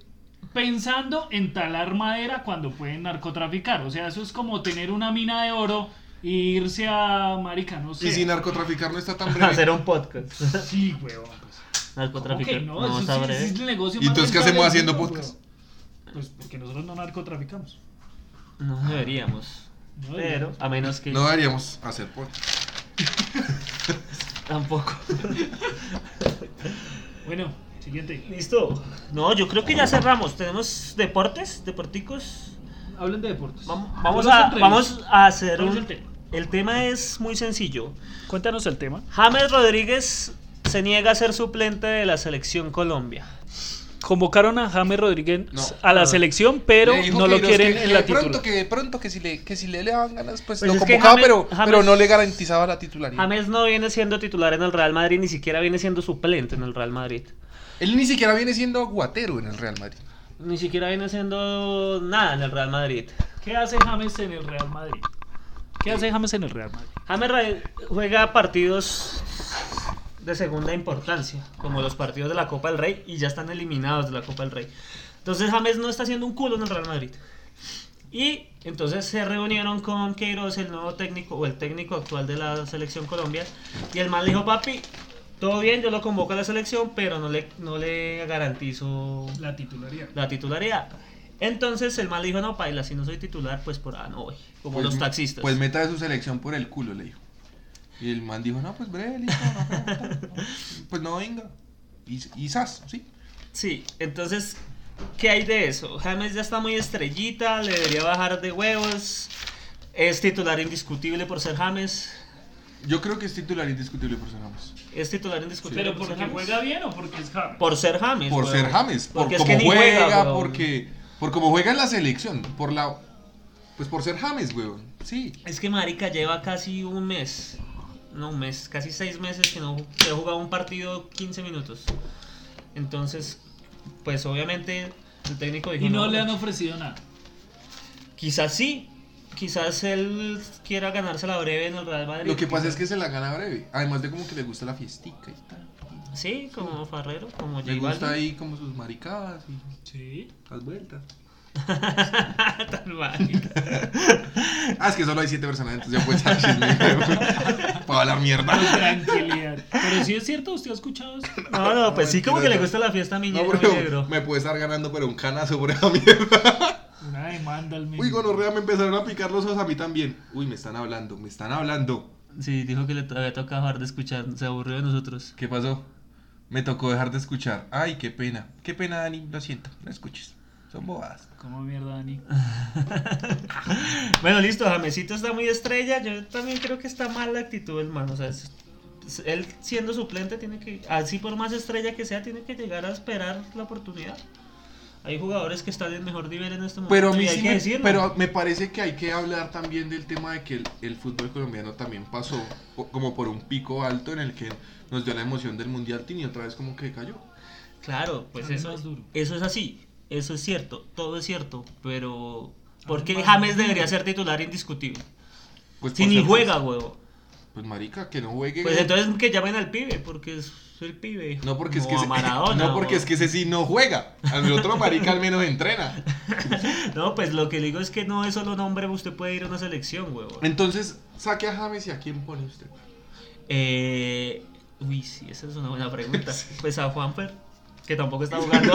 S3: pensando en talar madera cuando pueden narcotraficar. O sea, eso es como tener una mina de oro e irse a marica, no sé.
S2: Y si narcotraficar no está tan breve.
S1: Hacer un podcast.
S3: Sí, huevón. Pues.
S1: Narcotráfico.
S3: Ok, no,
S1: no,
S3: eso
S1: está
S3: sí,
S1: breve.
S3: ese es el negocio
S2: ¿Y
S3: más
S2: entonces qué
S3: rentable
S2: hacemos
S3: del
S2: haciendo
S3: mundo,
S2: podcast?
S3: huevón. Pues porque nosotros no narcotraficamos.
S1: No Ah. deberíamos.
S3: No
S1: Pero,
S3: deberíamos.
S1: a menos que.
S2: No deberíamos hacer por...
S1: Tampoco.
S3: Bueno, siguiente.
S1: Listo. No, yo creo que ya cerramos. ¿Tenemos deportes? ¿Deporticos?
S3: Hablen de deportes.
S1: Vamos, vamos
S3: Yo los
S1: a,
S3: entrevisto.
S1: vamos a hacer
S3: ¿Cuál es
S1: un...
S3: el tema?
S1: El tema es muy sencillo.
S3: Cuéntanos el tema.
S1: James Rodríguez se niega a ser suplente de la selección Colombia.
S3: Convocaron a James Rodríguez
S2: No.
S3: a la
S1: Ah.
S3: selección, pero
S2: Le dijo
S3: no lo
S2: Queiroz
S3: quieren
S2: que-
S3: en
S2: que
S3: la
S2: de pronto,
S3: titular.
S2: que de pronto, que si le, que si le, le daban ganas, pues,
S1: Pues
S2: lo
S1: es que
S2: convocaba,
S1: James-
S2: pero,
S1: James-
S2: pero no le garantizaba la titularidad.
S1: James no viene siendo titular en el Real Madrid, ni siquiera viene siendo suplente en el Real Madrid.
S2: Él ni siquiera viene siendo guatero en el Real Madrid.
S1: Ni siquiera viene siendo nada en el Real Madrid.
S3: ¿Qué hace James en el Real Madrid? ¿Qué hace James en el Real Madrid?
S1: James Ra- juega partidos de segunda importancia, como los partidos de la Copa del Rey, y ya están eliminados de la Copa del Rey. Entonces James no está haciendo un culo en el Real Madrid. Y entonces se reunieron con Queiroz, el nuevo técnico, o el técnico actual de la selección Colombia, y el man le dijo, papi, todo bien, yo lo convoco a la selección, pero no le, no le garantizo
S3: La titularía.
S1: la titularidad. Entonces el man le dijo, no, paila, si no soy titular, pues por ahora no voy, como
S2: Pues
S1: los
S2: me-
S1: taxistas.
S2: Pues meta de su selección por el culo, le dijo. Y el man dijo, no, pues breve, listo, no, no, no, no, pues no venga. Y, y sas, sí.
S1: Sí, entonces, ¿qué hay de eso? James ya está muy estrellita, le debería bajar de huevos. Es titular indiscutible por ser James.
S2: Yo creo que es titular indiscutible por ser James.
S1: Es titular indiscutible
S3: ¿Pero
S1: por ser
S3: porque
S1: James.
S3: juega bien o porque es James?
S1: Por ser James.
S2: Por
S1: huevón.
S2: ser James, por
S1: pues, Porque es
S2: cómo
S1: que ni
S2: juega,
S1: huevón.
S2: porque por cómo juega en la selección, por la pues por ser James, weón. Sí.
S1: Es que Marica lleva casi un mes. No, un mes, casi seis meses que no que ha jugado un partido 15 minutos. Entonces, pues obviamente El técnico dijo
S3: Y no le han
S1: pues,
S3: ofrecido nada.
S1: Quizás sí. Quizás él quiera ganarse la breve en el Real Madrid.
S2: Lo que pasa es que se la gana breve. Además de como que le gusta la fiestica y tal.
S1: Sí, como Farrero, como
S2: Le
S1: J
S2: gusta
S1: Balvin.
S2: ahí como sus maricadas y
S3: Sí.
S2: las vueltas.
S1: Tan mal.
S2: Ah, es que solo hay siete personas, entonces ya puede estar chisme. Para la mierda.
S3: Con tranquilidad. Pero sí es cierto, ¿usted ha escuchado eso?
S1: No, no, pues sí, como que le gusta la fiesta a mi
S2: No,
S1: ñe-
S2: porque
S1: mi negro.
S2: me puede estar ganando, pero un canazo por esa mierda.
S3: Una demanda al menos.
S2: Uy, gonorrea, me empezaron a picar los ojos a mí también. Uy, me están hablando, me están hablando.
S1: Sí, dijo que le to- había tocado dejar de escuchar, se aburrió de nosotros.
S2: ¿Qué pasó? Me tocó dejar de escuchar. Ay, qué pena. Qué pena, Dani. Lo siento. No escuches. Son bobadas.
S3: ¿Cómo mierda, Dani?
S1: Bueno, listo, Jamesito está muy estrella. Yo también creo que está mal la actitud del man. O sea, es- es- él siendo suplente tiene que, así por más estrella que sea, tiene que llegar a esperar la oportunidad. Hay jugadores que están en mejor nivel en este momento.
S2: Pero a mí
S1: y hay
S2: sí
S1: que
S2: me,
S1: decirlo.
S2: pero me parece que hay que hablar también del tema de que el, el fútbol colombiano también pasó po- como por un pico alto en el que nos dio la emoción del Mundial Team y otra vez como que cayó.
S1: Claro, pues
S3: También
S1: eso,
S3: más duro.
S1: eso es así, eso es cierto, todo es cierto, pero ¿por qué
S3: Además,
S1: James
S3: más
S1: debería
S3: duro.
S1: ser titular indiscutible?
S2: Pues
S1: Si
S2: por
S1: ni
S2: ser-
S1: juega, huevo.
S2: Pues marica, que no juegue.
S1: Pues entonces que llamen al pibe, porque es el pibe.
S2: no porque es
S1: O
S2: que
S1: a
S2: ese-
S1: Maradona,
S2: no porque
S1: o-
S2: es que ese sí no juega. Al otro marica al menos entrena.
S1: No, pues lo que digo es que no es solo nombre, usted puede ir a una selección, huevo.
S2: Entonces, saque a James y a quién pone usted.
S1: Eh, uy, sí, esa es una buena pregunta. Pues a Juanfer, que tampoco está jugando.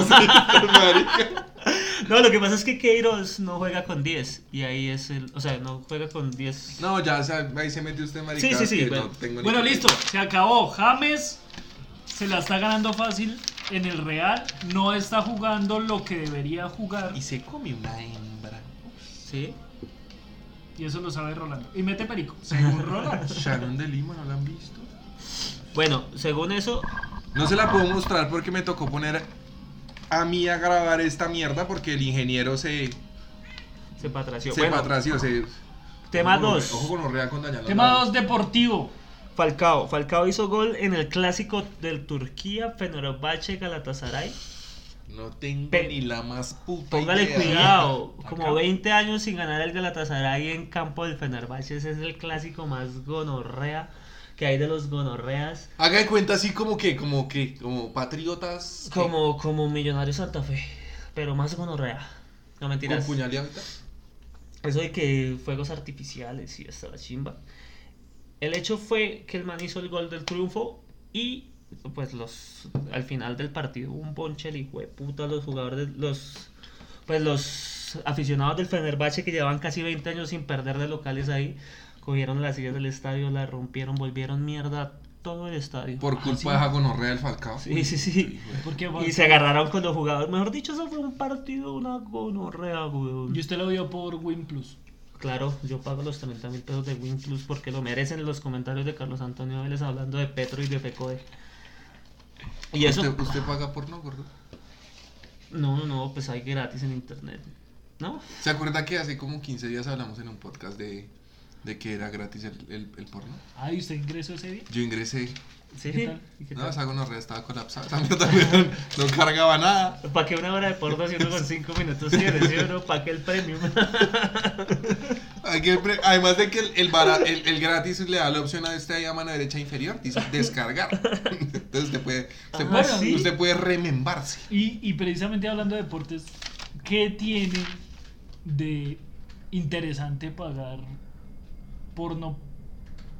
S1: no, lo que pasa es que Queiroz no juega con 10, y ahí es el, o sea, no juega con 10.
S2: No, ya o sea, ahí se mete usted marica.
S1: Sí, sí, sí,
S2: que
S1: bueno.
S2: no tengo ni
S3: Bueno,
S2: idea.
S3: listo, se acabó. James se la está ganando fácil en el Real. No está jugando lo que debería jugar.
S2: Y se come una hembra.
S1: ¿Sí?
S3: Y eso lo sabe Rolando. Y mete perico, según Rolando.
S2: Sharon de Lima, ¿no la han visto?
S1: Bueno, según eso,
S2: No se la puedo mostrar porque me tocó poner a mí a grabar esta mierda porque el ingeniero se,
S1: se patració.
S2: se
S1: Bueno,
S2: patració. Se,
S1: tema
S2: ojo con
S1: 2.
S2: Orrea- Ojo con Orrea con Dañalo.
S3: Tema 2, deportivo.
S1: Falcao. Falcao hizo gol en el clásico del Turquía, Fenerbahce Galatasaray.
S2: No tengo
S1: Pe-
S2: ni la más puta
S1: Póngale
S2: idea.
S1: cuidado,
S2: Acá.
S1: como 20 años sin ganar el Galatasaray en campo del Fenerbahce, ese es el clásico más gonorrea que hay de los gonorreas.
S2: Haga de cuenta así como que, como que, como patriotas. que-
S1: Como, como Millonario Santa Fe, pero más gonorrea. No
S2: Con
S1: mentiras.
S2: puñal y ahorita.
S1: Eso de que fuegos artificiales y hasta la chimba. El hecho fue que el man hizo el gol del triunfo y pues los al final del partido hubo un ponche el hijo de puta los jugadores los pues los aficionados del Fenerbahce que llevaban casi 20 años sin perder de locales ahí cogieron las sillas del estadio, la rompieron, volvieron mierda a todo el estadio.
S2: Por culpa de Jago Norrea del Falcao.
S1: Ah, Sí, sí, sí.
S3: Porque
S1: Y se agarraron con los jugadores. Mejor dicho, eso fue un partido, una gonorrea, weón.
S3: Y usted lo vio por Win Plus.
S1: Claro, yo pago los 30 mil pesos de Winclus porque lo merecen los comentarios de Carlos Antonio Vélez hablando de Petro y de Pecode. Y eso.
S2: ¿Usted, usted paga por no, gordo.
S1: No, no, no, pues hay gratis en internet. ¿No?
S2: ¿Se acuerda que hace como 15 días hablamos en un podcast de, de que era gratis el, el, el porno?
S3: Ay, ¿usted ingresó ese día?
S2: Yo ingresé.
S1: Sí.
S3: ¿Qué tal?
S1: ¿Y qué
S2: No,
S1: tal?
S2: esa gonorrea estaba colapsada. Esa mierda, weón, no cargaba nada.
S1: ¿Para qué una hora de porno si uno con 5 minutos tiene? ¿Sí o no? ¿Para qué el premium?
S2: Hay que pre- Además de que el, el, bara- el- el gratis le da la opción a este ahí a mano derecha inferior, dice descargar. Entonces usted puede, usted
S1: Ah,
S2: puede,
S1: ¿sí?
S2: usted puede remembarse.
S3: Y, y precisamente hablando de deportes, ¿qué tiene de interesante pagar porno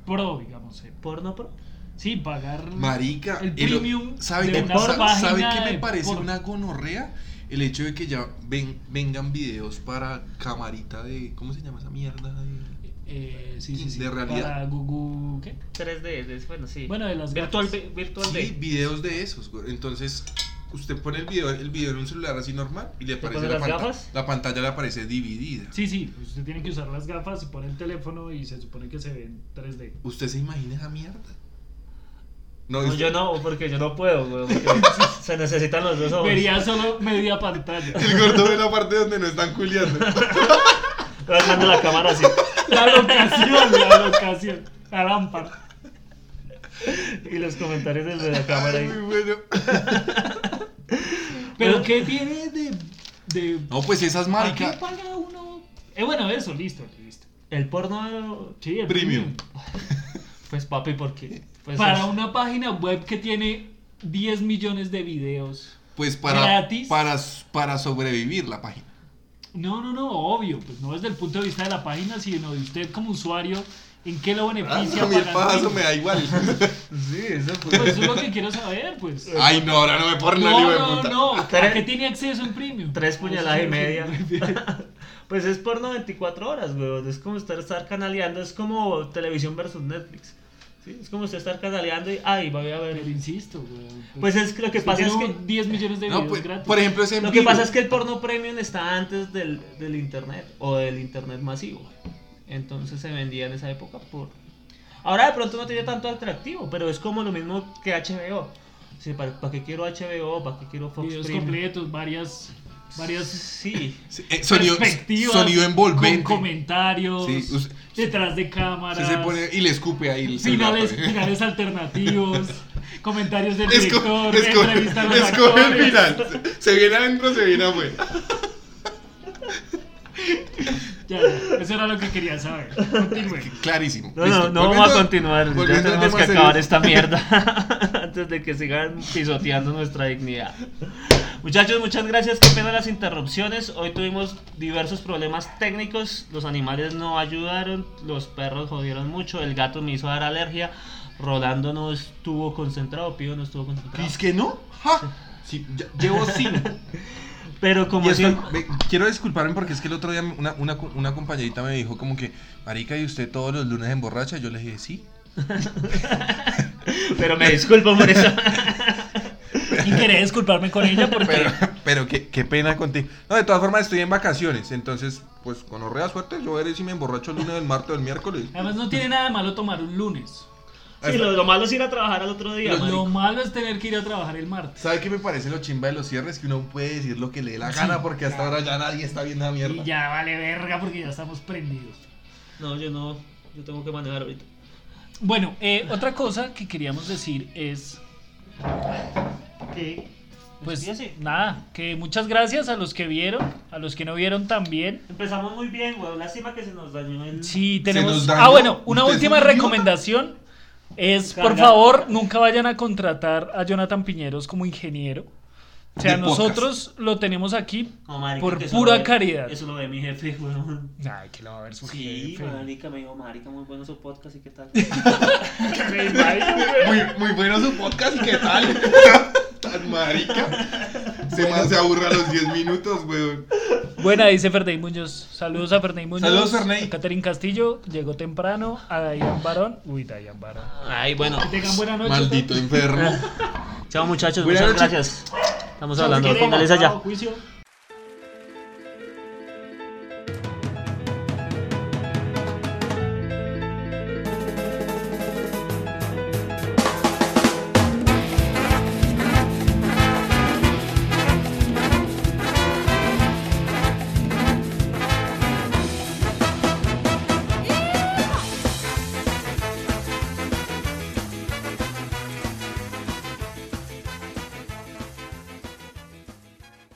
S3: pro, digamos? eh?
S1: ¿Porno pro?
S3: Sí, pagar.
S2: Marica,
S3: El
S2: y lo-
S3: premium
S2: ¿sabe,
S3: de
S2: qué
S3: una
S2: pasa?
S3: página
S2: ¿Sabe qué
S3: de
S2: me parece
S3: porno?
S2: una gonorrea? El hecho de que ya ven- vengan videos para camarita de. ¿Cómo se llama esa mierda? De-
S3: Eh, sí, sí, sí.
S2: De realidad.
S3: Para Google. ¿Qué?
S1: 3D, es- bueno, sí.
S3: Bueno, de las
S1: virtual,
S3: gafas.
S1: vi- virtual
S2: Sí,
S1: D.
S2: videos de esos, güey. Entonces, usted pone el video, el video en un celular así normal y le aparece
S1: pone
S2: la
S1: las
S2: pantalla.
S1: gafas?
S2: La pantalla le aparece dividida.
S3: Sí, sí, pues usted tiene que usar las gafas, se pone el teléfono y se supone que se ve en 3D.
S2: ¿Usted se imagina esa mierda?
S1: No,
S2: usted-
S1: yo no, porque yo no puedo, weón, porque Se necesitan los dos ojos.
S3: Vería solo media pantalla.
S2: El gordo ve la parte donde no están culiando.
S1: Estoy dejando la cámara así.
S3: La locación, la locación. La lámpara.
S1: Y los comentarios del de la cámara
S2: Ay,
S1: ahí.
S2: muy bueno.
S3: Pero ¿qué tiene de
S9: de...
S2: No, pues esas
S9: ¿Para qué
S2: marcas.
S9: paga uno? Eh, bueno, eso, listo, listo.
S1: El porno.
S9: Sí, el
S2: Premium.
S1: Pues papi, porque. Pues
S9: Para
S1: es-
S9: una página web que tiene 10 millones de videos.
S2: Pues para,
S9: Gratis.
S2: para, para sobrevivir la página.
S9: No, no, no, obvio. Pues no desde el punto de vista de la página, sino de usted como usuario, ¿en qué
S2: Ah,
S9: lo beneficia?
S2: A mí el
S9: pagando?
S2: paso me da igual.
S1: Sí, eso fue.
S9: Pues eso es lo que quiero saber, pues.
S2: Ay, no, ahora no me ponen el Ah, hijo de
S9: No, no,
S2: puta.
S9: no. ¿A
S1: Tres-
S9: qué tiene acceso en premium?
S1: Tres puñaladas y media.
S9: media.
S1: Pues es porno 24 horas, weón. Es como usted estar canaleando. Es como televisión versus Netflix. ¿sí? Es como usted estar canaleando y. Ay, voy a ver.
S9: Pero insisto, weón.
S1: Pues es lo que pasa es que.
S9: 10 millones de videos
S2: No, pues,
S9: gratis.
S2: por ejemplo, ese en
S1: Lo que
S2: vivo.
S1: pasa es que el porno premium está antes del, del internet o del internet masivo. Entonces se vendía en esa época por... Ahora de pronto no tiene tanto atractivo, pero es como lo mismo que HBO. ¿Para qué quiero HBO? ¿Para qué quiero Fox
S9: videos
S1: Premium?
S9: completos, varias varias
S1: Sí.
S2: Sí, eh, sonido,
S9: perspectivas,
S2: sonido envolvente.
S9: con comentarios,
S2: Sí, us-
S9: detrás de cámaras,
S2: Usted se pone y le escupe ahí el celular pues.
S9: finales,
S2: también.
S9: finales alternativos, comentarios del
S2: Esco-
S9: director,
S2: esco-
S9: entrevistas a los
S2: escoge el
S9: actores.
S2: final. Se- Se viene adentro, se viene afuera.
S9: Ya, ya, eso era lo que quería saber. Continúe.
S2: Clarísimo.
S1: No, no,
S2: Listo.
S1: no vamos a
S2: Volviendo-
S1: continuar. Ya
S2: volviendo al
S1: tenemos que
S2: tema
S1: acabar
S2: serio.
S1: esta mierda antes de que sigan pisoteando nuestra dignidad. Muchachos, muchas gracias. Qué pena las interrupciones. Hoy tuvimos diversos problemas técnicos. Los animales no ayudaron. Los perros jodieron mucho. El gato me hizo dar alergia. Rolando no estuvo concentrado. Pío no estuvo concentrado.
S2: ¿Dice que no? Ja. Sí, ya- llevo cinco.
S1: Pero
S2: Y
S1: como
S2: es que-
S1: siempre.
S2: ve, quiero disculparme porque es que el otro día una, una, co- una compañerita me dijo como que, Marica, ¿y usted todos los lunes emborracha? Yo le dije, sí.
S1: Pero me disculpo por eso.
S9: Y quería disculparme con ella porque
S2: Pero, pero qué, qué pena contigo. No, de todas formas estoy en vacaciones, entonces, pues con horrea suerte, yo veré si me emborracho el lunes, el martes o el miércoles.
S9: además no tiene nada de malo tomar un lunes.
S1: Sí, lo, lo malo es ir a trabajar al otro día.
S9: Lo
S1: marico.
S9: malo es tener que ir a trabajar el martes.
S2: ¿Sabe qué me parece lo chimba de los cierres? Que uno puede decir lo que le dé la gana porque hasta ahora ya nadie está viendo la mierda.
S9: Y ya vale verga porque ya estamos prendidos.
S1: No, yo no. Yo tengo que manejar ahorita.
S9: Bueno, eh, otra cosa que queríamos decir es
S1: ¿Qué?
S9: Pues
S1: Despídase.
S9: nada, que muchas gracias a los que vieron, a los que no vieron también.
S1: Empezamos muy bien, weón. Lástima que se nos dañó el.
S9: Sí,
S2: Se
S9: tenemos.
S2: nos dañó.
S9: Ah, bueno, una
S2: ¿Usted es
S9: última
S2: un idiota?
S9: recomendación es, por
S1: Carga.
S9: favor, nunca vayan a contratar a Jonathan Piñeros como ingeniero. O sea,
S2: De
S9: nosotros lo tenemos aquí
S1: No, marica,
S9: por
S1: que eso
S9: pura
S1: lo ve-
S9: caridad.
S1: Eso lo ve mi jefe, weón.
S9: Ay, que lo va a ver su
S1: Sí,
S9: jefe.
S1: marica, me dijo, marica, muy bueno su podcast y qué tal.
S2: Muy, muy bueno su podcast, ¿qué tal? Tan marica. Se, ma- se aburre a los 10 minutos, weón.
S9: Buena, dice Ferney Muñoz. Saludos a Ferney Muñoz.
S2: Saludos, Ferney.
S9: A Catherine Castillo, llegó temprano. A Dayan Barón. Uy, Dayan Barón.
S1: Ay, bueno.
S9: Que tengan buena noche.
S2: Maldito enfermo.
S1: Chao, muchachos.
S2: Buenas
S1: muchas
S2: noches.
S1: gracias. Estamos
S9: Chao,
S1: hablando.
S9: si quieren,
S1: Finaliza ya.
S9: chao, juicio.